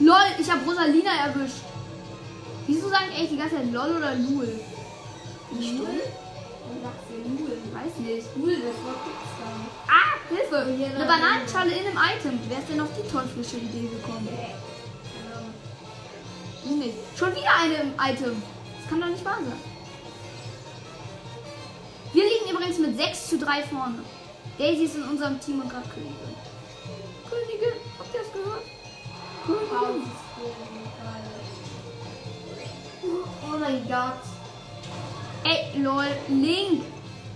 [SPEAKER 1] Lol, ich habe Rosalina erwischt. Wieso sagen die eigentlich die ganze Zeit LOL oder LUL? Bin ich dumm?
[SPEAKER 2] Und sagst du Null.
[SPEAKER 1] Weiß nicht.
[SPEAKER 2] Null, das Wort gibt's gar nicht.
[SPEAKER 1] Ah, Hilfe!
[SPEAKER 2] Ja,
[SPEAKER 1] Eine
[SPEAKER 2] dann-
[SPEAKER 1] Bananenschale in einem Item. Wer ist denn auf die teuflische Idee gekommen?
[SPEAKER 2] Äh,
[SPEAKER 1] Ich nicht. Schon wieder eine im Item. Das kann doch nicht wahr sein. Wir liegen übrigens mit 6 zu 3 vorne. Daisy ist in unserem Team und gerade Königin. Königin, habt ihr das gehört? Königin.
[SPEAKER 2] Oh mein Gott.
[SPEAKER 1] Ey, lol, Link.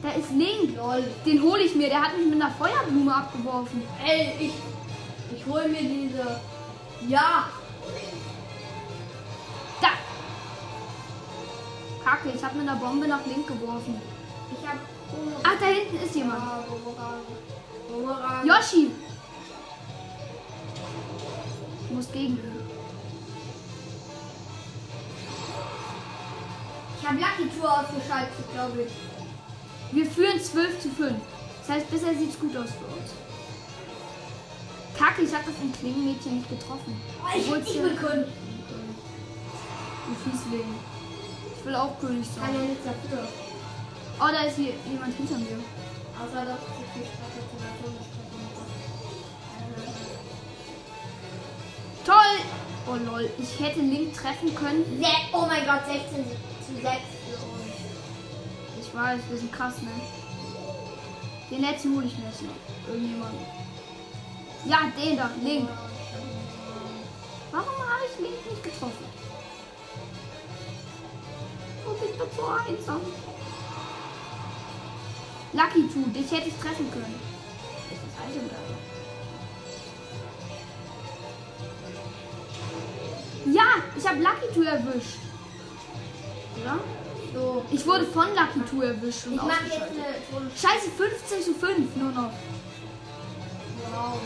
[SPEAKER 1] Da ist Link. Den hole ich mir. Der hat mich mit einer Feuerblume abgeworfen.
[SPEAKER 2] Ey, ich, ich hol mir diese. Ja,
[SPEAKER 1] Da. Kacke, ich habe mit einer Bombe nach Link geworfen.
[SPEAKER 2] ich hab
[SPEAKER 1] Ach, da hinten ist jemand.
[SPEAKER 2] Ah, Bumerang. Bumerang.
[SPEAKER 1] Yoshi. Ich muss gegen ihn.
[SPEAKER 2] Ich hab Lucky Tour ausgeschaltet, glaube ich.
[SPEAKER 1] Wir führen 12 zu 5. Das heißt, bisher sieht's gut aus für uns. Kacke, ich habe das im Klingenmädchen nicht getroffen.
[SPEAKER 2] Oh, Ich
[SPEAKER 1] Obwohl's
[SPEAKER 2] ich
[SPEAKER 1] ja-
[SPEAKER 2] will können.
[SPEAKER 1] Du Fiesling. Ich will auch König
[SPEAKER 2] Kann
[SPEAKER 1] sein.
[SPEAKER 2] ja nichts dafür.
[SPEAKER 1] Oh, da ist hier jemand hinter mir.
[SPEAKER 2] Außer dass ich viel Strecke zu einer Todesstrecke mache.
[SPEAKER 1] Toll! Oh lol, ich hätte Link treffen können.
[SPEAKER 2] Se- Oh mein Gott, 16 zu 6 für uns.
[SPEAKER 1] Ich weiß, wir sind krass, ne? Den letzten hole ich mir jetzt noch. Irgendjemand. Ja, den da, Link. Warum habe ich Link nicht getroffen? Wo bin ich doch so einsam? Lucky Two, dich hätte ich treffen können. Ist das Item da? Ja, ich habe Lucky Two erwischt. Oder?
[SPEAKER 2] So.
[SPEAKER 1] Ich wurde von Lucky Two erwischt und
[SPEAKER 2] Ich mache jetzt
[SPEAKER 1] ausgeschaltet.
[SPEAKER 2] eine Todesstrecke.
[SPEAKER 1] Scheiße, 15 zu 5 nur noch.
[SPEAKER 2] Wow.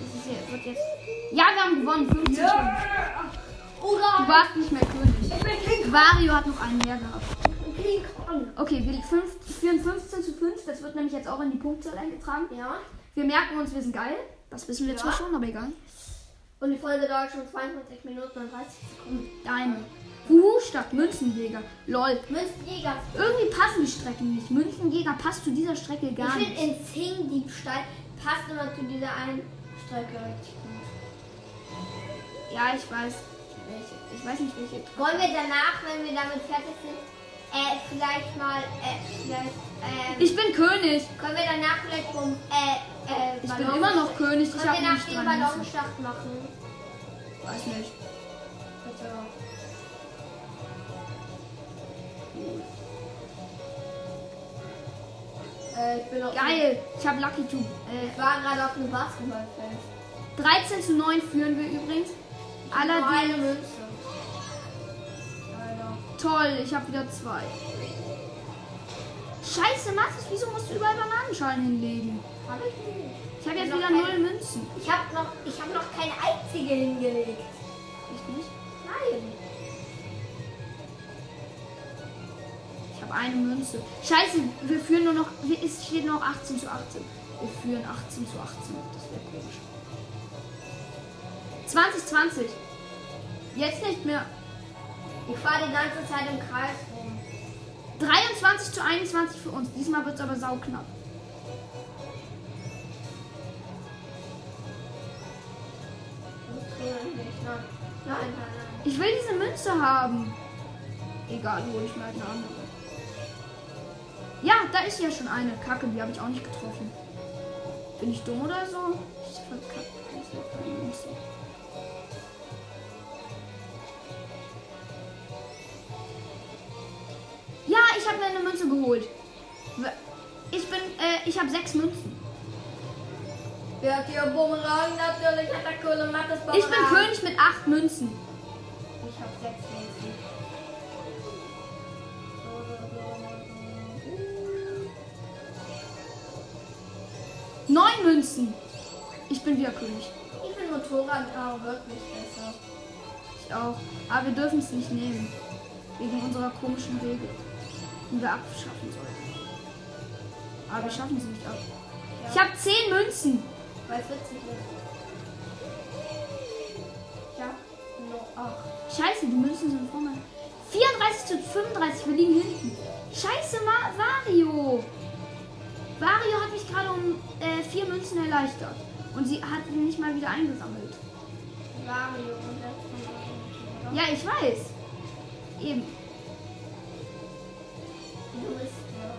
[SPEAKER 1] Das ist jetzt, wird jetzt. Ja, wir haben gewonnen. 15 zu 5.
[SPEAKER 2] Ja.
[SPEAKER 1] Du
[SPEAKER 2] Hurra.
[SPEAKER 1] warst nicht mehr König.
[SPEAKER 2] Ich bin King
[SPEAKER 1] Wario hat noch einen mehr gehabt.
[SPEAKER 2] King Kong.
[SPEAKER 1] Okay, wir fünf- führen 15 zu 5. Das wird nämlich jetzt auch in die Punktzahl eingetragen.
[SPEAKER 2] Ja.
[SPEAKER 1] Wir merken uns, wir sind geil. Das wissen wir
[SPEAKER 2] Ja.
[SPEAKER 1] zwar schon, aber egal.
[SPEAKER 2] Und die Folge dauert schon 22 Minuten und 30 Sekunden.
[SPEAKER 1] Deine. Huhu statt Münzenjäger. Lol.
[SPEAKER 2] Münzjäger.
[SPEAKER 1] Irgendwie passen die Strecken nicht. Münzenjäger passt zu dieser Strecke
[SPEAKER 2] Ich
[SPEAKER 1] gar
[SPEAKER 2] finde
[SPEAKER 1] nicht.
[SPEAKER 2] in Zing-Diebstahl passt immer zu dieser einen Strecke richtig gut.
[SPEAKER 1] Ja, ich weiß. Welche. Ich weiß nicht welche.
[SPEAKER 2] Wollen wir danach, wenn wir damit fertig sind, äh, vielleicht mal, äh, vielleicht, ähm,
[SPEAKER 1] Ich bin König.
[SPEAKER 2] können wir danach vielleicht um, äh, äh,
[SPEAKER 1] Ich bin
[SPEAKER 2] Ballon-
[SPEAKER 1] immer noch König. Ich
[SPEAKER 2] Können
[SPEAKER 1] habe
[SPEAKER 2] wir nach
[SPEAKER 1] nicht
[SPEAKER 2] dem
[SPEAKER 1] dran. müssen.
[SPEAKER 2] Ballonschlacht machen?
[SPEAKER 1] Weiß nicht.
[SPEAKER 2] Bitte. Äh, ich bin auf
[SPEAKER 1] Geil. Ich habe Lucky Two. Äh,
[SPEAKER 2] Ich war gerade auf einem Basketballfeld.
[SPEAKER 1] 13 zu 9 führen wir übrigens.
[SPEAKER 2] Nur
[SPEAKER 1] Allerdings.
[SPEAKER 2] eine Münze. Leider.
[SPEAKER 1] Toll, ich habe wieder zwei. Scheiße, Mathis, wieso musst du überall Bananenschalen hinlegen?
[SPEAKER 2] Hab ich nicht.
[SPEAKER 1] Ich habe jetzt
[SPEAKER 2] Noch
[SPEAKER 1] wieder
[SPEAKER 2] keine.
[SPEAKER 1] null Münzen.
[SPEAKER 2] Ich hab noch, ich hab noch keine einzige hingelegt.
[SPEAKER 1] Echt nicht?
[SPEAKER 2] Nein.
[SPEAKER 1] Ich habe eine Münze. Scheiße, wir führen nur noch. wir- Es steht noch 18 zu 18. Wir führen 18 zu 18. Das wäre komisch. 20, 20. Jetzt nicht mehr.
[SPEAKER 2] Ich fahre die ganze Zeit im Kreis rum.
[SPEAKER 1] 23 zu 21 für uns. Diesmal wird es aber sauknapp.
[SPEAKER 2] Das kann ich nicht. Nein, nein, nein. nein.
[SPEAKER 1] Ich will diese Münze haben. Egal, hole ich mir halt eine andere. Ja, da ist ja schon eine. Kacke, die habe ich auch nicht getroffen. Bin ich dumm oder so? Ich verkacke das jetzt bei den Münzen. Ja, ich habe mir eine Münze geholt. Ich bin, äh, ich habe sechs Münzen.
[SPEAKER 2] Wer hat hier Bumerang? Natürlich hat der Köhle Mattes Bumerang.
[SPEAKER 1] Ich bin König mit acht Münzen.
[SPEAKER 2] Ich hab sechs Münzen. So, so, so, so, so.
[SPEAKER 1] Neun Münzen. Ich bin wieder König.
[SPEAKER 2] Ich bin Motorradraum wirklich besser.
[SPEAKER 1] Ich auch. Aber wir dürfen es nicht nehmen. Wegen unserer komischen Regel. Die wir abschaffen sollten. Aber wir schaffen sie nicht ab. Ich habe zehn Münzen.
[SPEAKER 2] Weil 40 ist. Ja, nur 8.
[SPEAKER 1] Scheiße, die Münzen sind vorne. 34 zu 35, wir liegen hinten. Scheiße, Ma Wario. Wario hat mich gerade um äh, vier Münzen erleichtert. Und sie hat ihn nicht mal wieder eingesammelt.
[SPEAKER 2] Mario und das von Mario, oder?
[SPEAKER 1] Ja, ich weiß. Eben.
[SPEAKER 2] Du bist ja.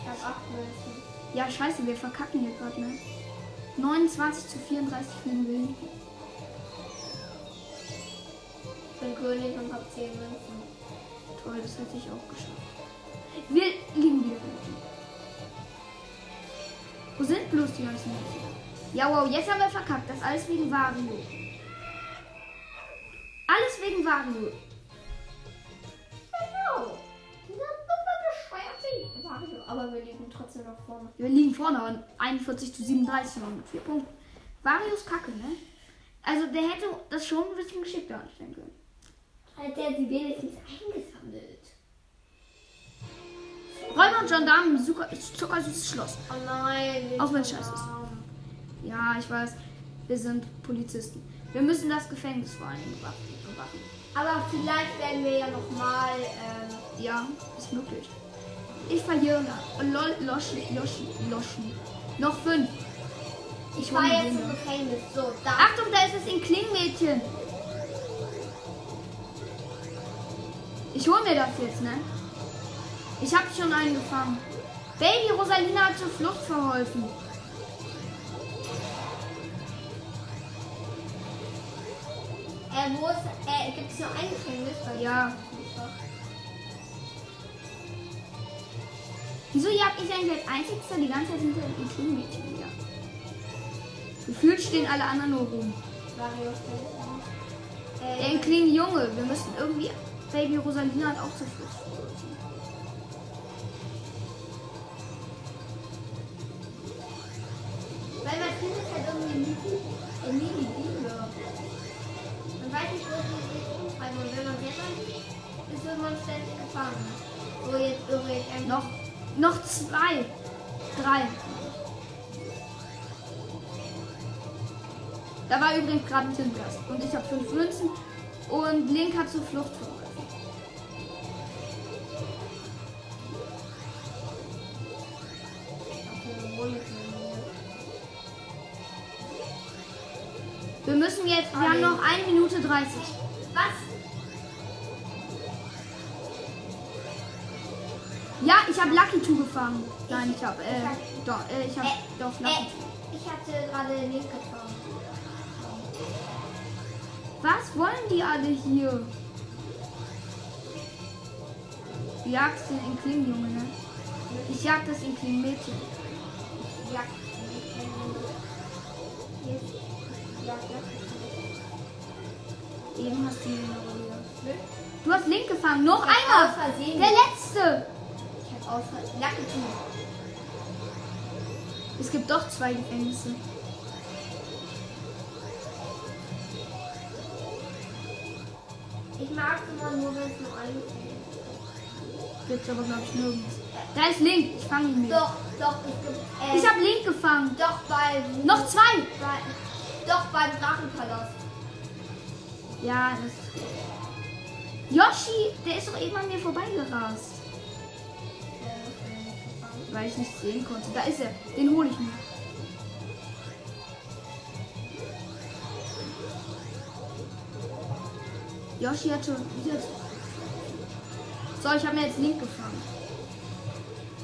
[SPEAKER 2] Ich hab 8 Münzen.
[SPEAKER 1] Ja, scheiße, wir verkacken hier gerade, ne? 29 zu 34 liegen wir hinten.
[SPEAKER 2] Ich bin König und hab 10 Münzen.
[SPEAKER 1] Toll, das hätte ich auch geschafft. Wir liegen wieder hinten. Wo sind bloß die ganzen Mädchen? Ja, wow, jetzt haben wir verkackt. Das alles wegen Wario. Alles wegen Wario.
[SPEAKER 2] Genau. Dieser super bescheuerte Mario. Aber wir liegen trotzdem noch vorne.
[SPEAKER 1] Wir liegen vorne an 41 zu 37 und mit 4 Punkten. Varios Kacke, ne? Also der hätte das schon ein bisschen geschickter anstellen können.
[SPEAKER 3] Hat der sie wenigstens eingesammelt?
[SPEAKER 1] Räuber und Gendarmen im Zucker- zuckersüßes Schloss.
[SPEAKER 2] Oh nein. wir
[SPEAKER 1] Auch wenn
[SPEAKER 2] sind
[SPEAKER 1] scheiße ist.
[SPEAKER 2] arm.
[SPEAKER 1] Ja, ich weiß. Wir sind Polizisten. Wir müssen das Gefängnis vor allem bewachen- bewachen.
[SPEAKER 2] Aber vielleicht werden wir ja nochmal. Ähm,
[SPEAKER 1] Ja, ist möglich. Ich verliere. Oh, Lol, Loshi, Loshi, Loshi. Noch fünf.
[SPEAKER 2] ich
[SPEAKER 1] hol
[SPEAKER 2] war
[SPEAKER 1] die
[SPEAKER 2] jetzt im
[SPEAKER 1] Dinge.
[SPEAKER 2] Gefängnis. So, da.
[SPEAKER 1] Achtung, da ist es in Klingmädchen. Ich hol mir das jetzt, ne? Ich hab schon einen gefangen. Baby Rosalina hat zur Flucht verholfen.
[SPEAKER 2] Äh, wo ist. Äh, gibt es nur ein Gefängnis? Weil
[SPEAKER 1] Ja. Wieso jag ich eigentlich als einzigster die ganze Zeit hinter den Klingmädchen her? Gefühlt stehen alle anderen nur rum.
[SPEAKER 2] Mario steht da.
[SPEAKER 1] Der
[SPEAKER 2] Äh,
[SPEAKER 1] Inkling Junge, wir müssen irgendwie. Baby Rosalina hat auch zur Flucht verholfen.
[SPEAKER 2] weil man findet halt irgendwie nie die, äh, nie die Liebe. Man weiß nicht, wo sie sich rumtreiben. Und wenn man selber liegt, ist man ständig gefangen. So, jetzt irre ich einfach.
[SPEAKER 1] Noch, noch zwei. Drei. Da war übrigens gerade ein Tintenfass. Und ich habe fünf Münzen. Und Link hat zur Flucht verholfen.
[SPEAKER 2] Okay, wo liegt man hier?
[SPEAKER 1] Wir müssen jetzt.
[SPEAKER 2] Ah,
[SPEAKER 1] Wir haben noch eine Minute 30.
[SPEAKER 2] Was?
[SPEAKER 1] Ja, ich habe Lucky Two gefangen. Nein, ich habe. Äh, doch, äh, ich habe.
[SPEAKER 2] Äh,
[SPEAKER 1] doch, Lucky
[SPEAKER 2] Äh, ich hatte gerade den Link gefangen.
[SPEAKER 1] Was wollen die alle hier? Du jagst den Inkling, Junge, ne? Ich jag das Inkling Mädchen.
[SPEAKER 2] Ja. Jetzt. Ja, ja.
[SPEAKER 1] Eben hast du ihn noch wieder.
[SPEAKER 2] Nö.
[SPEAKER 1] Du hast Link gefangen. Noch
[SPEAKER 2] Ich hab Aus
[SPEAKER 1] einer.
[SPEAKER 2] Versehen.
[SPEAKER 1] Der letzte.
[SPEAKER 2] Ich hab aus Versehen. Lucky Two.
[SPEAKER 1] Es gibt doch zwei Gefängnisse.
[SPEAKER 2] Ich mag immer nur, wenn es nur ein Gefängnis ist.
[SPEAKER 1] Gibt's aber, glaube ich, nirgends. Da ist Link. Ich fange ihn mit.
[SPEAKER 2] Doch, doch, es gibt. Äh,
[SPEAKER 1] Ich habe Link gefangen.
[SPEAKER 2] doch bei.
[SPEAKER 1] Noch zwei.
[SPEAKER 2] Bei, doch beim Drachenpalast.
[SPEAKER 1] Ja, das ist gut. Yoshi, der ist doch eben an mir vorbeigerast.
[SPEAKER 2] äh.
[SPEAKER 1] Weil ich nicht sehen konnte. Da ist er. Den hole ich mir. Yoshi hat schon wieder. So, ich habe mir jetzt Link gefangen.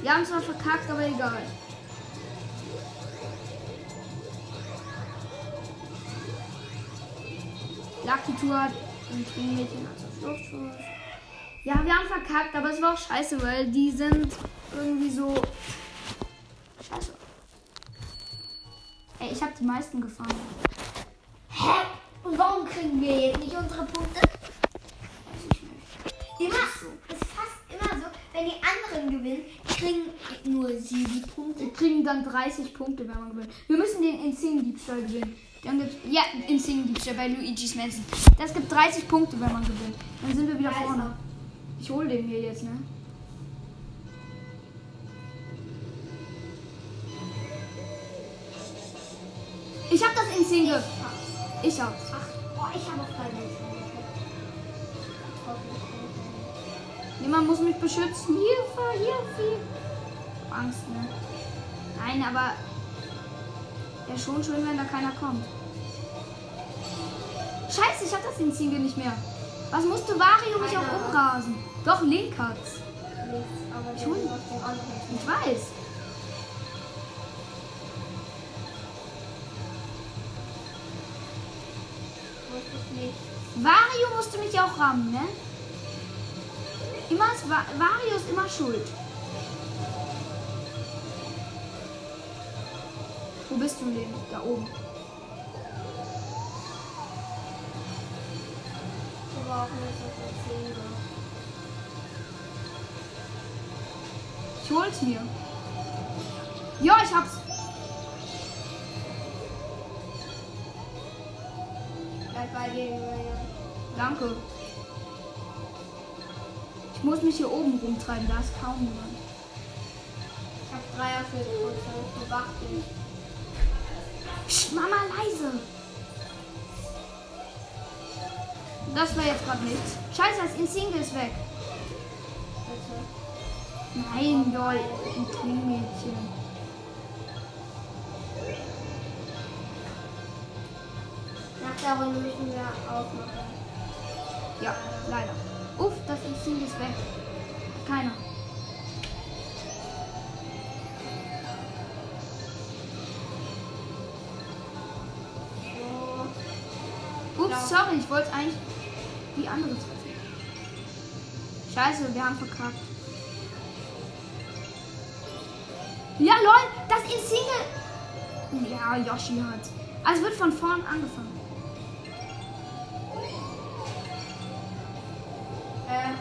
[SPEAKER 1] Wir haben zwar verkackt, aber egal. Lucky Tour hat ein Mädchen also Flucht verursacht. Ja, wir haben verkackt, aber es war auch scheiße, weil die sind irgendwie so. Scheiße. Ey, ich habe die meisten gefangen.
[SPEAKER 2] Hä? Und warum kriegen wir jetzt nicht unsere Punkte?
[SPEAKER 1] Weiß ich nicht.
[SPEAKER 2] Immer, es ist fast immer so, wenn die anderen gewinnen, kriegen nur sieben
[SPEAKER 4] die Punkte?
[SPEAKER 1] Wir kriegen dann 30 Punkte, wenn man gewinnt. Wir müssen den Insane-Diebstahl gewinnen. Dann gibt's, ja, Insane-Diebstahl bei Luigi's Mansion. Das gibt 30 Punkte, wenn man gewinnt. Dann sind wir wieder vorne. Ich hole den hier jetzt, ne? Ich hab das Insane ge... Ich hab's.
[SPEAKER 2] Ach, oh, ich habe auch keine Hilfe.
[SPEAKER 1] Jemand muss mich beschützen. Hilfe, Hilfe. Ich hab Angst, ne? Nein, aber... Ja, schon schön, wenn da keiner kommt. Scheiße, ich hab das Insane nicht mehr. Was musste Wario mich
[SPEAKER 2] Keiner.
[SPEAKER 1] auch umrasen? Doch, Link hat's.
[SPEAKER 2] Nichts, aber der
[SPEAKER 1] Schon?
[SPEAKER 2] braucht den auch noch nicht.
[SPEAKER 1] Ich weiß.
[SPEAKER 2] Wusste ich nicht.
[SPEAKER 1] Wario musste mich ja auch rammen, ne? Immer ist Wa Wario ist immer schuld. Wo bist du denn? Da oben.
[SPEAKER 2] Wir brauchen nicht so viel Zähne.
[SPEAKER 1] Ich hol's mir. Ja, ich hab's.
[SPEAKER 2] Bleib Halt bei äh, dir, Julian.
[SPEAKER 1] Danke. Ich muss mich hier oben rumtreiben, da ist kaum jemand.
[SPEAKER 2] Ich hab drei auf jeden Fall bewacht.
[SPEAKER 1] Psst, Mama, leise. Das war jetzt gerade nichts. Scheiße, das Insingle ist weg. Nein, lol, ein Trinkmädchen.
[SPEAKER 2] Nach der Runde müssen wir aufmachen.
[SPEAKER 1] Ja, leider. Uff, das Insingle ist weg. Keiner.
[SPEAKER 2] So.
[SPEAKER 1] Ups, sorry, ich wollte eigentlich die andere treffen. Scheiße, wir haben verkackt. Ja, lol, das Insingle. Ja, Yoshi hat. Also wird von vorn angefangen.
[SPEAKER 2] Äh,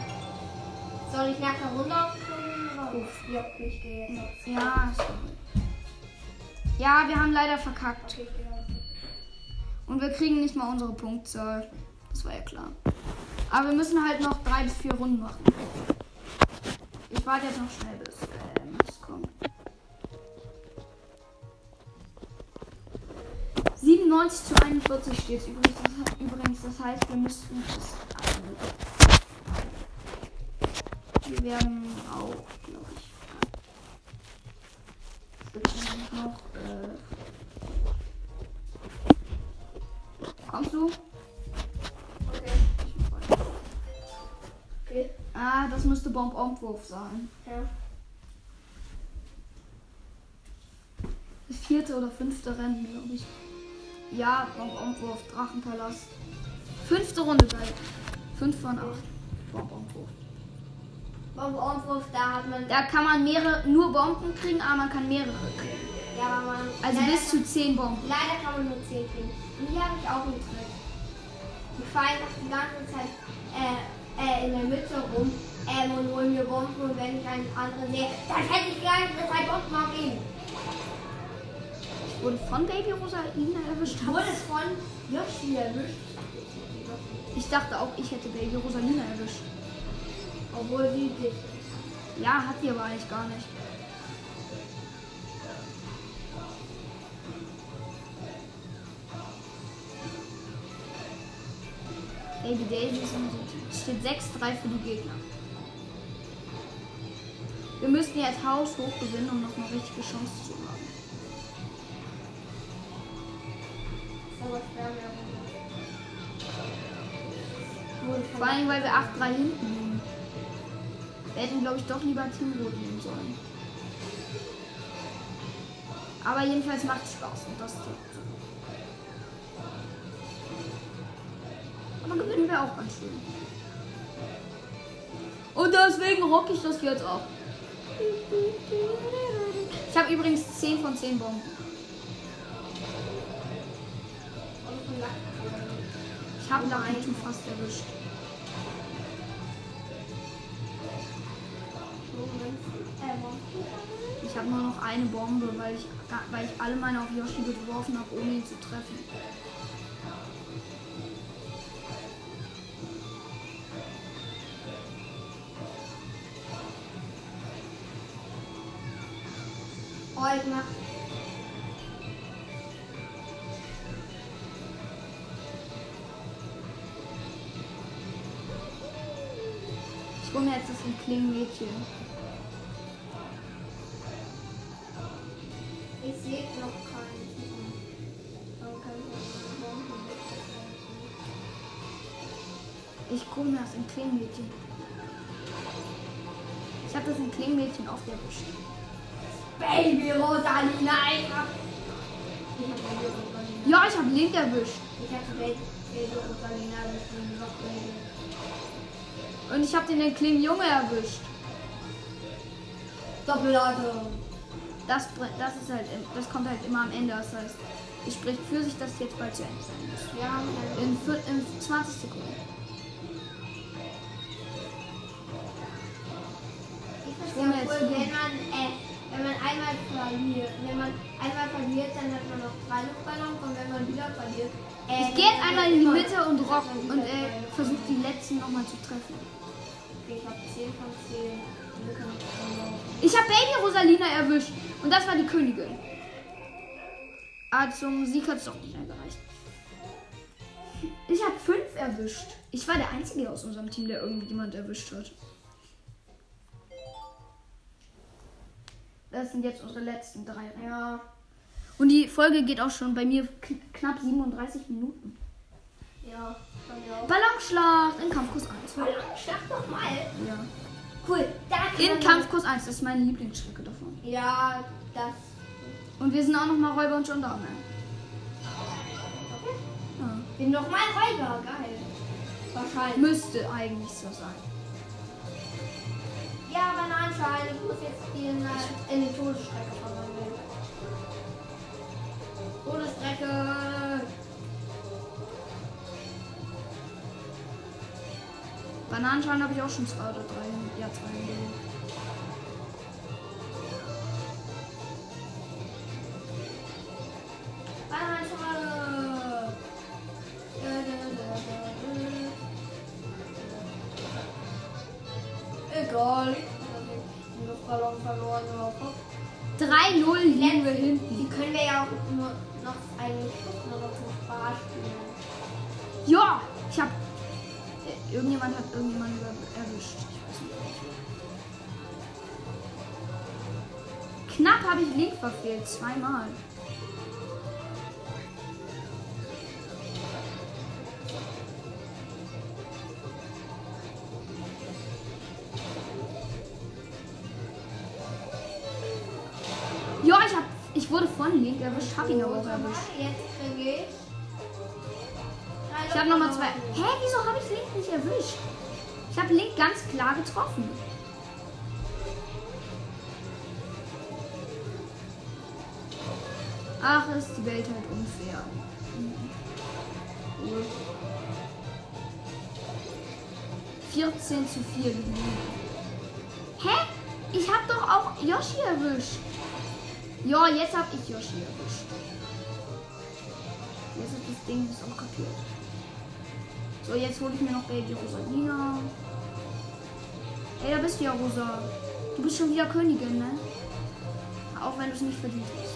[SPEAKER 2] soll ich nach der Runde aufkommen? Oder? Uff, juckt mich geh jetzt. auf.
[SPEAKER 1] Ja, sorry. Ja, wir haben leider verkackt.
[SPEAKER 2] Ich geh auf.
[SPEAKER 1] Und wir kriegen nicht mal unsere Punktzahl. Das war ja klar. Aber wir müssen halt noch drei bis vier Runden machen. Ich warte jetzt noch schnell, bis äh, Max kommt. 97 zu 41 steht es übrigens. Das, he- übrigens. Das heißt, wir müssten das einlösen. Wir werden auch, glaube ich. Es gibt nämlich noch. Äh, Kommst du?
[SPEAKER 2] Okay.
[SPEAKER 1] Ah, das müsste Bombaufwurf sein.
[SPEAKER 2] Ja.
[SPEAKER 1] Das vierte oder fünfte Rennen, glaube ich. Ja, Bombaufwurf, Drachenpalast. Fünfte Runde bei. Fünf von acht. Bombaufwurf.
[SPEAKER 2] Bombenwurf, da hat man.
[SPEAKER 1] Da kann man mehrere, nur Bomben kriegen, aber man kann mehrere kriegen.
[SPEAKER 2] Ja, aber man.
[SPEAKER 1] Also
[SPEAKER 2] leider,
[SPEAKER 1] bis zu zehn Bomben.
[SPEAKER 2] leider kann man nur 10 kriegen. Und hier habe ich auch einen Trick. Ich fahre einfach die ganze Zeit äh, äh, in der Mitte rum ähm, und hole mir Bomben und wenn ich einen anderen sehe, dann hätte ich die ganze Zeit Bomben auf ihn.
[SPEAKER 1] Ich wurde von Baby Rosalina erwischt.
[SPEAKER 2] Wurde es von Yoshi erwischt,
[SPEAKER 1] Ich dachte auch, ich hätte Baby Rosalina erwischt.
[SPEAKER 2] obwohl sie dich.
[SPEAKER 1] Ja, hat die aber eigentlich gar nicht. Baby Daisy ist im Süd. Es steht 6-3 für die Gegner. Wir müssten jetzt Haus hoch gewinnen, um noch eine richtige Chance zu haben.
[SPEAKER 2] Aber schwer mehr.
[SPEAKER 1] Vor allem, weil wir 8-3 hinten liegen. Wir hätten, glaube ich, doch lieber Team Rot nehmen sollen. Aber jedenfalls macht es Spaß und das zählt. Aber gewinnen wir auch ganz schön. Und deswegen rock ich das jetzt auch. Ich habe übrigens 10 von 10 Bomben. Ich habe da einen fast erwischt.
[SPEAKER 2] Äh, äh, Bomben verloren?
[SPEAKER 1] Ich habe nur noch eine Bombe, weil ich, ga- weil ich alle meine auf Yoshi geworfen habe, ohne ihn zu treffen.
[SPEAKER 2] Oh, ich mach.
[SPEAKER 1] Ich hole mir jetzt das Klingenmädchen.
[SPEAKER 2] Ich sehe noch keinen Typen. Warum kann ich noch Bomben verloren?
[SPEAKER 1] Ich gucke mir das Klingenmädchen. Ich habe das Klingenmädchen auf der
[SPEAKER 2] Baby Rosalina, ich hab. Ich hab Baby Rosalina.
[SPEAKER 1] Ja, ich habe Link erwischt.
[SPEAKER 2] Ich hab die Baby Baby Rosalina, das ist ein Baby.
[SPEAKER 1] Und ich habe den Klingenjunge erwischt.
[SPEAKER 2] Doppelauto.
[SPEAKER 1] Das, br- das ist halt, das kommt halt immer am Ende. Das heißt, es spricht für sich, dass es jetzt bald zu Ende sein muss.
[SPEAKER 2] Wir haben eine.
[SPEAKER 1] In, vier- in 20 Sekunden.
[SPEAKER 2] Ich
[SPEAKER 1] Ohne jetzt
[SPEAKER 2] verstehe wohl,
[SPEAKER 1] hier.
[SPEAKER 2] wenn man, äh, wenn man einmal verliert. Wenn man einmal verliert, dann hat man noch drei Luftballons und wenn man wieder verliert. Äh,
[SPEAKER 1] Ich gehe jetzt
[SPEAKER 2] dann
[SPEAKER 1] einmal in die
[SPEAKER 2] immer-
[SPEAKER 1] Mitte und rock und äh,
[SPEAKER 2] Okay,
[SPEAKER 1] versuche die letzten nochmal zu treffen.
[SPEAKER 2] Ich hab 10 von 10. Wir können auch verlaufen.
[SPEAKER 1] Ich habe Baby Rosalina erwischt und das war die Königin. Ah, zum Sieg hat es doch nicht eingereicht. Ich habe fünf erwischt. Ich war der Einzige aus unserem Team, der irgendjemand erwischt hat. Das sind jetzt unsere letzten drei.
[SPEAKER 2] Ja.
[SPEAKER 1] Und die Folge geht auch schon bei mir kn knapp 37 Minuten.
[SPEAKER 2] Ja, von mir auch.
[SPEAKER 1] Ballonschlacht in Kampfkurs 1.
[SPEAKER 2] Schlag doch mal.
[SPEAKER 1] Ja.
[SPEAKER 2] Cool, da kann
[SPEAKER 1] In
[SPEAKER 2] man-
[SPEAKER 1] Kampfkurs 1, das ist meine Lieblingsstrecke davon.
[SPEAKER 2] Ja, das.
[SPEAKER 1] Und wir sind auch nochmal Räuber und Gendarme. Ja.
[SPEAKER 2] Bin nochmal Räuber, geil. Wahrscheinlich.
[SPEAKER 1] Müsste eigentlich so sein.
[SPEAKER 2] Ja, aber nein, Schein, ich muss jetzt hier in, der- in die Todesstrecke verwandeln. Todesstrecke!
[SPEAKER 1] Bananenschalen habe ich auch schon zwei oder drei. Ja, zwei. hingelegt.
[SPEAKER 2] Bananenschale! Dö, dö, dö, dö, dö. Egal. Den Luftballon verloren, aber guck.
[SPEAKER 1] 3-0 liegen wir
[SPEAKER 2] Die
[SPEAKER 1] hinten.
[SPEAKER 2] können wir ja auch nur noch eigentlich nur noch zum Spaß spielen.
[SPEAKER 1] Ja, ich habe... Irgendjemand hat irgendjemanden über- erwischt. Ich weiß nicht. Knapp habe ich Link verfehlt. Zweimal. Ja, ich hab, ich wurde von Link erwischt, hab ihn aber auch erwischt.
[SPEAKER 2] Jetzt kriege ich.
[SPEAKER 1] Ich habe nochmal zwei. Hä, wieso habe ich Link nicht erwischt? Ich habe Link ganz klar getroffen. Ach, ist die Welt halt unfair. Mhm. Cool. 14 zu 4 liegen. wir. Hä? Ich habe doch auch Yoshi erwischt. Ja, jetzt habe ich Yoshi erwischt. Jetzt ist das Ding ist auch kapiert. So, jetzt hole ich mir noch Baby Rosalina. Ey, da bist du ja, Rosa. Du bist schon wieder Königin, ne? Auch wenn du es nicht verdient hast.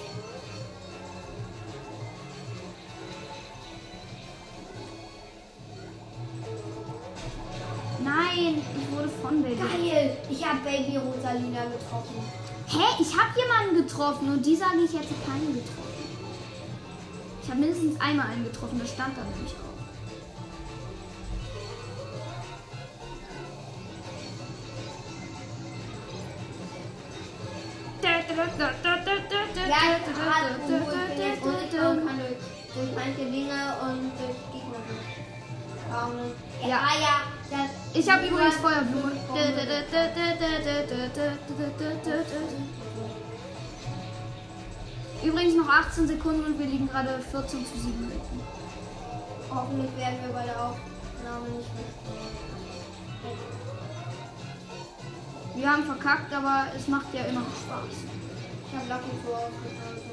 [SPEAKER 1] Nein, ich wurde von Baby.
[SPEAKER 2] Geil! Ich habe Baby Rosalina getroffen.
[SPEAKER 1] Hä? Ich habe jemanden getroffen und die sagen, ich hätte keinen getroffen. Ich habe mindestens einmal einen getroffen, das stand da nämlich auch.
[SPEAKER 2] Ja, ich hab- ich bin jetzt unsichtbar und kann durch, durch manche Dinge und durch Gegner durchkommen.
[SPEAKER 1] Ja.
[SPEAKER 2] Ja, ah, ja. Das
[SPEAKER 1] Ich habe übrigens Feuerblume. Übrigens noch 18 Sekunden und wir liegen gerade 14 zu 7 hinten.
[SPEAKER 2] Hoffentlich werden wir bei der Aufnahme nicht richtig.
[SPEAKER 1] Wir haben verkackt, aber es macht ja immer noch Spaß.
[SPEAKER 2] Ich habe Lucky Four aufgetan.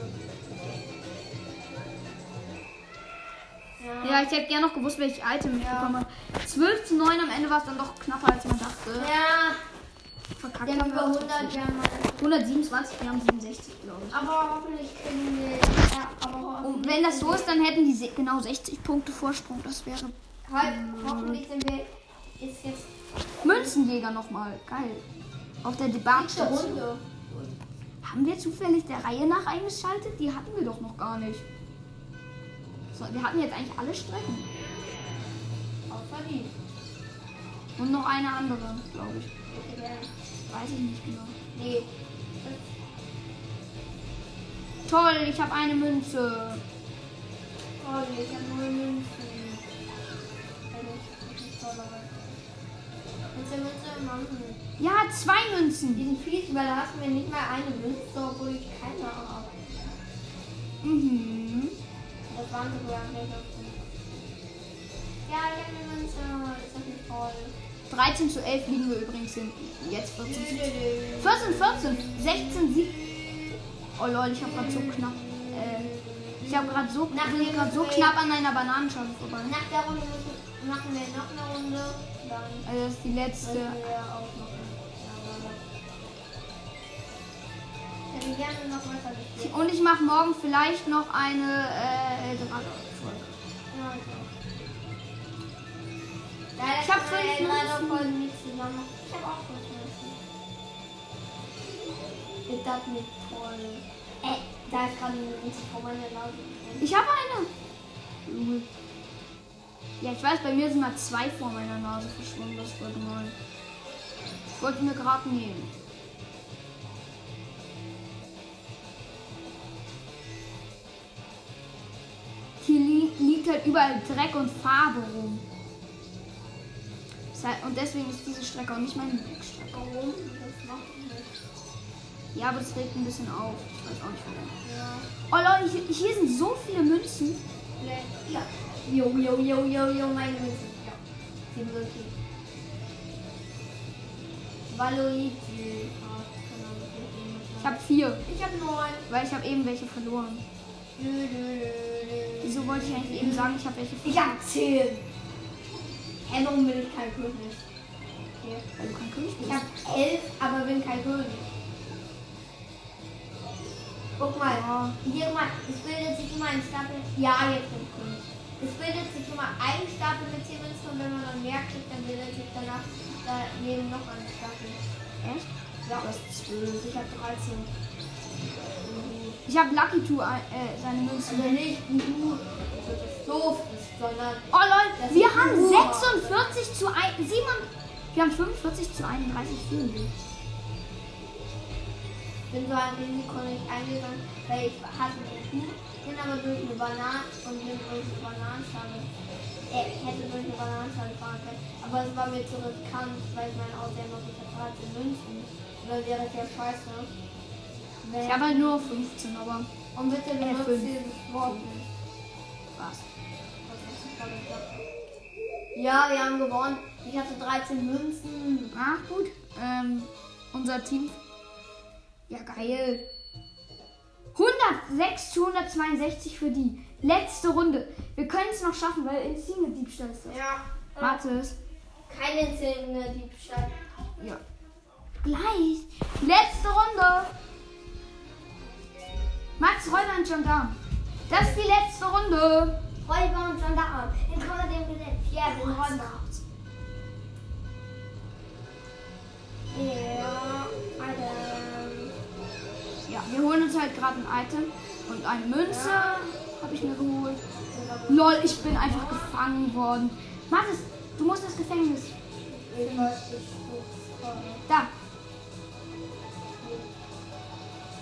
[SPEAKER 1] Ja. ich hätte gerne noch gewusst, welches Item ich bekommen habe. 12 zu 9 am Ende war es dann doch knapper, als man dachte.
[SPEAKER 2] Ja,
[SPEAKER 1] Verkackt
[SPEAKER 2] wir haben
[SPEAKER 1] haben
[SPEAKER 2] über
[SPEAKER 1] wir auch
[SPEAKER 2] 100
[SPEAKER 1] trotzdem.
[SPEAKER 2] German.
[SPEAKER 1] 127, wir haben 67, glaube ich.
[SPEAKER 2] Aber hoffentlich kriegen wir. Ja, aber
[SPEAKER 1] Und
[SPEAKER 2] hoffentlich.
[SPEAKER 1] wenn das so ist, dann hätten die se- genau 60 Punkte Vorsprung. Das wäre
[SPEAKER 2] Heute, Halt, hoffentlich sind wir. Ist jetzt
[SPEAKER 1] Münzenjäger nochmal. Geil. Auf der
[SPEAKER 2] nächste
[SPEAKER 1] Debatte.
[SPEAKER 2] Runde.
[SPEAKER 1] Haben wir zufällig der Reihe nach eingeschaltet? Die hatten wir doch noch gar nicht. So, wir hatten jetzt eigentlich alle Strecken.
[SPEAKER 2] Außer die.
[SPEAKER 1] Und noch eine andere, glaube ich.
[SPEAKER 2] Okay, ja.
[SPEAKER 1] Weiß ich nicht genau.
[SPEAKER 2] Nee.
[SPEAKER 1] Toll, ich habe eine Münze.
[SPEAKER 2] Oh, nee, ich habe nur Münzen. Also, das ist toll, aber. Münze, Münze, Münze.
[SPEAKER 1] Ja, zwei Münzen.
[SPEAKER 2] Diesen Fies überlassen wir nicht mal eine Münze, obwohl ich keine habe.
[SPEAKER 1] Mhm.
[SPEAKER 2] Das waren sogar nicht auf die- Ja, ich habe eine Münze. Ist das nicht toll?
[SPEAKER 1] 13 zu 11 liegen wir übrigens hinten. Jetzt 14 zu 12.
[SPEAKER 2] Dödödö.
[SPEAKER 1] 14, 14, 16, 17. Oh lol, ich habe gerade so knapp. Äh, ich habe gerade so, bin grad so knapp an einer Bananenschale vorbei.
[SPEAKER 2] Nach der Runde müssen- machen wir noch eine Runde. Dann
[SPEAKER 1] Also das ist die letzte.
[SPEAKER 2] müssen wir auch noch eine. Ja, aber- Ich hätte gerne noch weiter gespielt.
[SPEAKER 1] Und ich mache morgen vielleicht noch eine äh, Eldorado-Folge.
[SPEAKER 2] Ja, genau. so. Leider
[SPEAKER 1] Ich hab
[SPEAKER 2] kann man
[SPEAKER 1] fünf
[SPEAKER 2] ja gerade
[SPEAKER 1] Münzen.
[SPEAKER 2] voll nicht zusammen. Ich hab auch fünf Münzen. Ist das nicht toll? Ey, Äh, da ist gerade eine Münze vor meiner Nase.
[SPEAKER 1] Ich habe eine. Junge. Ja, ich weiß, bei mir sind mal zwei vor meiner Nase verschwunden. Das war gemein. Ich wollte mir gerade nehmen. Hier li liegt halt überall Dreck und Farbe rum. Ist halt- Und deswegen ist diese Strecke auch nicht meine Lieblingsstrecke.
[SPEAKER 2] Warum? Das macht nicht.
[SPEAKER 1] Ja, aber es regt ein bisschen auf. Ich weiß auch nicht warum.
[SPEAKER 2] Ja.
[SPEAKER 1] Oh Leute, hier, hier sind so viele Münzen.
[SPEAKER 2] Vielleicht- Ja. Jo, jo, jo, jo, jo, meine Münze. Ja. Die Münze. Valoigi. Ah, keine Ahnung,
[SPEAKER 1] Ich habe vier,
[SPEAKER 2] Ich hab neun.
[SPEAKER 1] weil ich habe eben welche verloren.
[SPEAKER 2] Dö, dö, dö, dö.
[SPEAKER 1] Wieso wollte ich eigentlich eben sagen, ich habe welche verloren?
[SPEAKER 2] Ich hab 10. Hä, warum bin ich kein König?
[SPEAKER 1] Weil du Oh, kein König bist.
[SPEAKER 2] Ich hab 11, aber bin kein König. Guck mal, hier mal, es bildet sich immer ein Stapel. Ja, jetzt bin ich König. Es bildet sich immer ein Stapel mit 10 Münzen und wenn man dann mehr kriegt, dann bildet sich danach daneben noch ein Stapel.
[SPEAKER 1] Echt?
[SPEAKER 2] Ja,
[SPEAKER 1] Du hast zwölf.
[SPEAKER 2] ich hab 13.
[SPEAKER 1] Ich habe Lucky Two äh, seine Münzen.
[SPEAKER 2] Also nicht ein Gut, so dass es doof ist, sondern
[SPEAKER 1] Oh lol,
[SPEAKER 2] Das
[SPEAKER 1] wir
[SPEAKER 2] ist
[SPEAKER 1] haben
[SPEAKER 2] Jura.
[SPEAKER 1] 46 zu 1, 7, wir haben 45 zu 31 Vögel.
[SPEAKER 2] bin so ein Risiko nicht eingegangen, weil ich hatte den Hut, bin aber durch eine Banane und bin durch eine Bananenschale. Äh, ich hätte durch eine Bananenschale fahren können, aber es war mir zu riskant, weil ich mein Auto immer so vertrat in München. Und dann wäre es ja scheiße.
[SPEAKER 1] Ich
[SPEAKER 2] Wenn-
[SPEAKER 1] habe halt nur 15, aber
[SPEAKER 2] und bitte benutzt
[SPEAKER 1] fünf.
[SPEAKER 2] dieses Wort nicht.
[SPEAKER 1] was?
[SPEAKER 2] Das ist voll bekloppt. Ja, wir haben gewonnen. Ich hatte 13 Münzen.
[SPEAKER 1] Ach gut, ähm, unser Team. Ja, geil. 106 zu 162 für die letzte Runde. Wir können es noch schaffen, weil Instinct Diebstahl ist das.
[SPEAKER 2] Ja.
[SPEAKER 1] Warte es.
[SPEAKER 2] Keine Zähne Diebstahl.
[SPEAKER 1] Ja. Gleich. Letzte Runde. Max Räuber und Gendarm. Das ist die letzte Runde.
[SPEAKER 2] Räuber und Gendarm. In Kammer dem Gesetz. Ja, wir sind Räuber. Ja, Alter.
[SPEAKER 1] Ja, wir holen uns halt gerade ein Item und eine Münze. Habe ich mir geholt.
[SPEAKER 2] Ich
[SPEAKER 1] Lol, ich bin einfach gefangen worden. Mathis, du musst das Gefängnis.
[SPEAKER 2] weiß nicht, wo es war.
[SPEAKER 1] Da.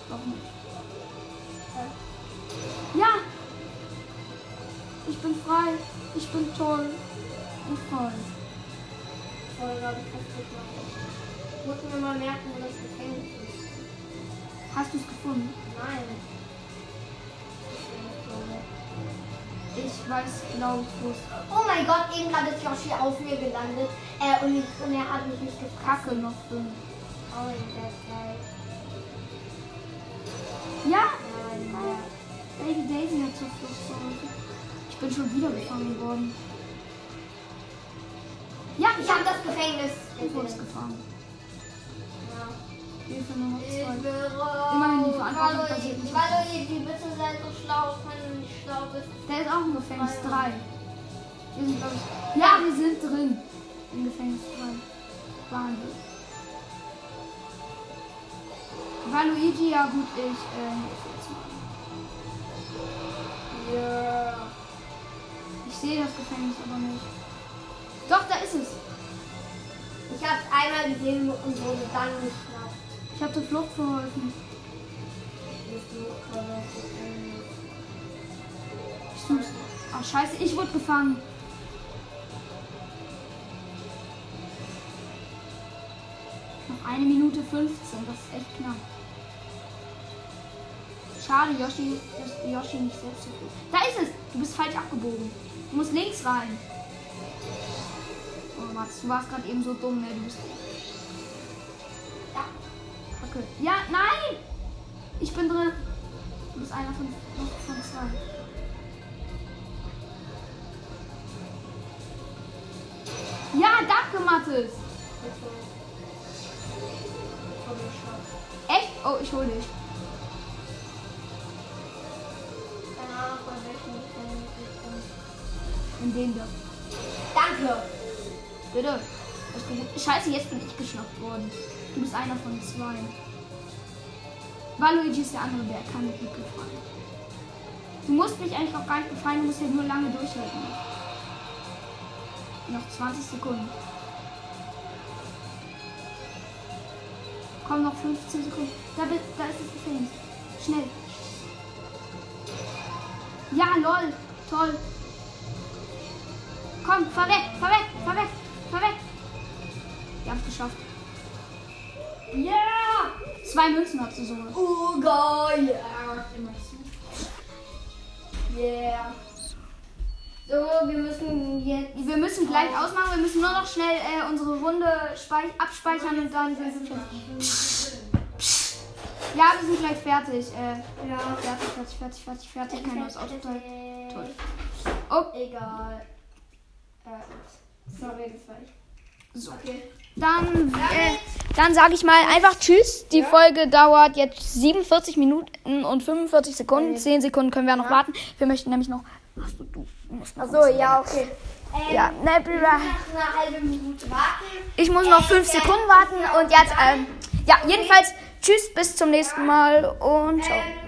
[SPEAKER 1] Doch nicht. Ja. Ich bin frei. Ich bin toll. Und frei.
[SPEAKER 2] Voll, glaub ich, fast geklaut. Ich muss mir mal merken, wo das Gefängnis ist.
[SPEAKER 1] Hast du es gefunden?
[SPEAKER 2] Nein. Das ist ja nicht so.
[SPEAKER 1] Ich weiß, glaube ich, wo es
[SPEAKER 2] Oh mein Gott, eben gerade ist Yoshi auf mir gelandet äh, und, ich, und er hat mich nicht gefragt.
[SPEAKER 1] Kacke noch fünf.
[SPEAKER 2] Oh, das ist geil.
[SPEAKER 1] Ja,
[SPEAKER 2] Nein, nein.
[SPEAKER 1] Lady Daisy hat zur Flucht zurück. Ich bin schon wieder gefangen worden. Ja, ich
[SPEAKER 2] Ich
[SPEAKER 1] habe
[SPEAKER 2] hab das Gefängnis
[SPEAKER 1] den Fuchs
[SPEAKER 2] gesehen.
[SPEAKER 1] gefangen.
[SPEAKER 2] Ja.
[SPEAKER 1] Hilfe Nummer zwei. Immerhin
[SPEAKER 2] Immerhin
[SPEAKER 1] die Verantwortung passiert nicht.
[SPEAKER 2] Valerie, bitte sei so schlau, wenn du nicht schlau bist.
[SPEAKER 1] Der ist auch im Gefängnis
[SPEAKER 2] Ah, ja.
[SPEAKER 1] 3. Wir sind, glaub ich, ja, wir sind drin. Im Gefängnis 3. Waren wir. Waluigi, ja gut, ich ähm, ich jetzt mal.
[SPEAKER 2] Ja.
[SPEAKER 1] Ich sehe das Gefängnis aber nicht. Doch, da ist es.
[SPEAKER 2] Ich hab's einmal gesehen und wurde dann geschnappt.
[SPEAKER 1] Ich habe der Flucht verholfen.
[SPEAKER 2] Das ist so krass.
[SPEAKER 1] Stimmt. Ach scheiße, ich wurde gefangen. Noch eine Minute 15, das ist echt knapp. Schade, Yoshi, dass Yoshi nicht selbst so gut. Da ist es! Du bist falsch abgebogen. Du musst links rein. Oh Mats, du warst gerade eben so dumm, ne? Du bist. Ja. Kacke. Ja, nein! Ich bin drin. Du bist einer von, von zwei. Ja, danke, Mathis. Echt? Oh, ich hole dich. In den da.
[SPEAKER 2] Danke.
[SPEAKER 1] Bitte. Ich bin- Scheiße, jetzt bin ich geschnappt worden. Du bist einer von zwei. Waluigi ist der andere, der kann mich nicht befreien. Du musst mich eigentlich auch gar nicht befreien, du musst ja nur lange durchhalten. Noch 20 Sekunden. Komm, noch 15 Sekunden. Da, bi- da ist das Gefängnis. Schnell. Ja, lol. Toll. Komm, fahr weg, fahr weg, fahr weg, fahr weg. Wir haben es geschafft.
[SPEAKER 2] Ja.
[SPEAKER 1] Zwei Münzen hast du so. was.
[SPEAKER 2] Oh, geil. Ja. Yeah. So, wir müssen jetzt.
[SPEAKER 1] Wir müssen gleich ausmachen, wir müssen nur noch schnell äh, unsere Runde speich- abspeichern und dann sind wir fertig. Ja, wir sind gleich fertig. Äh,
[SPEAKER 2] Ja.
[SPEAKER 1] fertig, fertig, fertig, fertig, fertig. Kein neues Autoteil. Toll.
[SPEAKER 2] Oh.
[SPEAKER 1] Oh.
[SPEAKER 2] Egal. Äh, sorry, das war ich.
[SPEAKER 1] So.
[SPEAKER 2] Okay.
[SPEAKER 1] Dann, äh, dann sage ich mal einfach Tschüss. Die Folge dauert jetzt 47 Minuten und 45 Sekunden. 10 Sekunden können wir noch warten. Wir möchten nämlich noch. Achso, du musst noch.
[SPEAKER 2] So, ja, okay.
[SPEAKER 1] Ja, ne, Bra-
[SPEAKER 2] Ähm, Nach einer halben Minute warten.
[SPEAKER 1] Ich muss noch fünf Sekunden warten und jetzt, ähm, ja, jedenfalls, tschüss, bis zum nächsten Mal und ciao.
[SPEAKER 2] Ähm,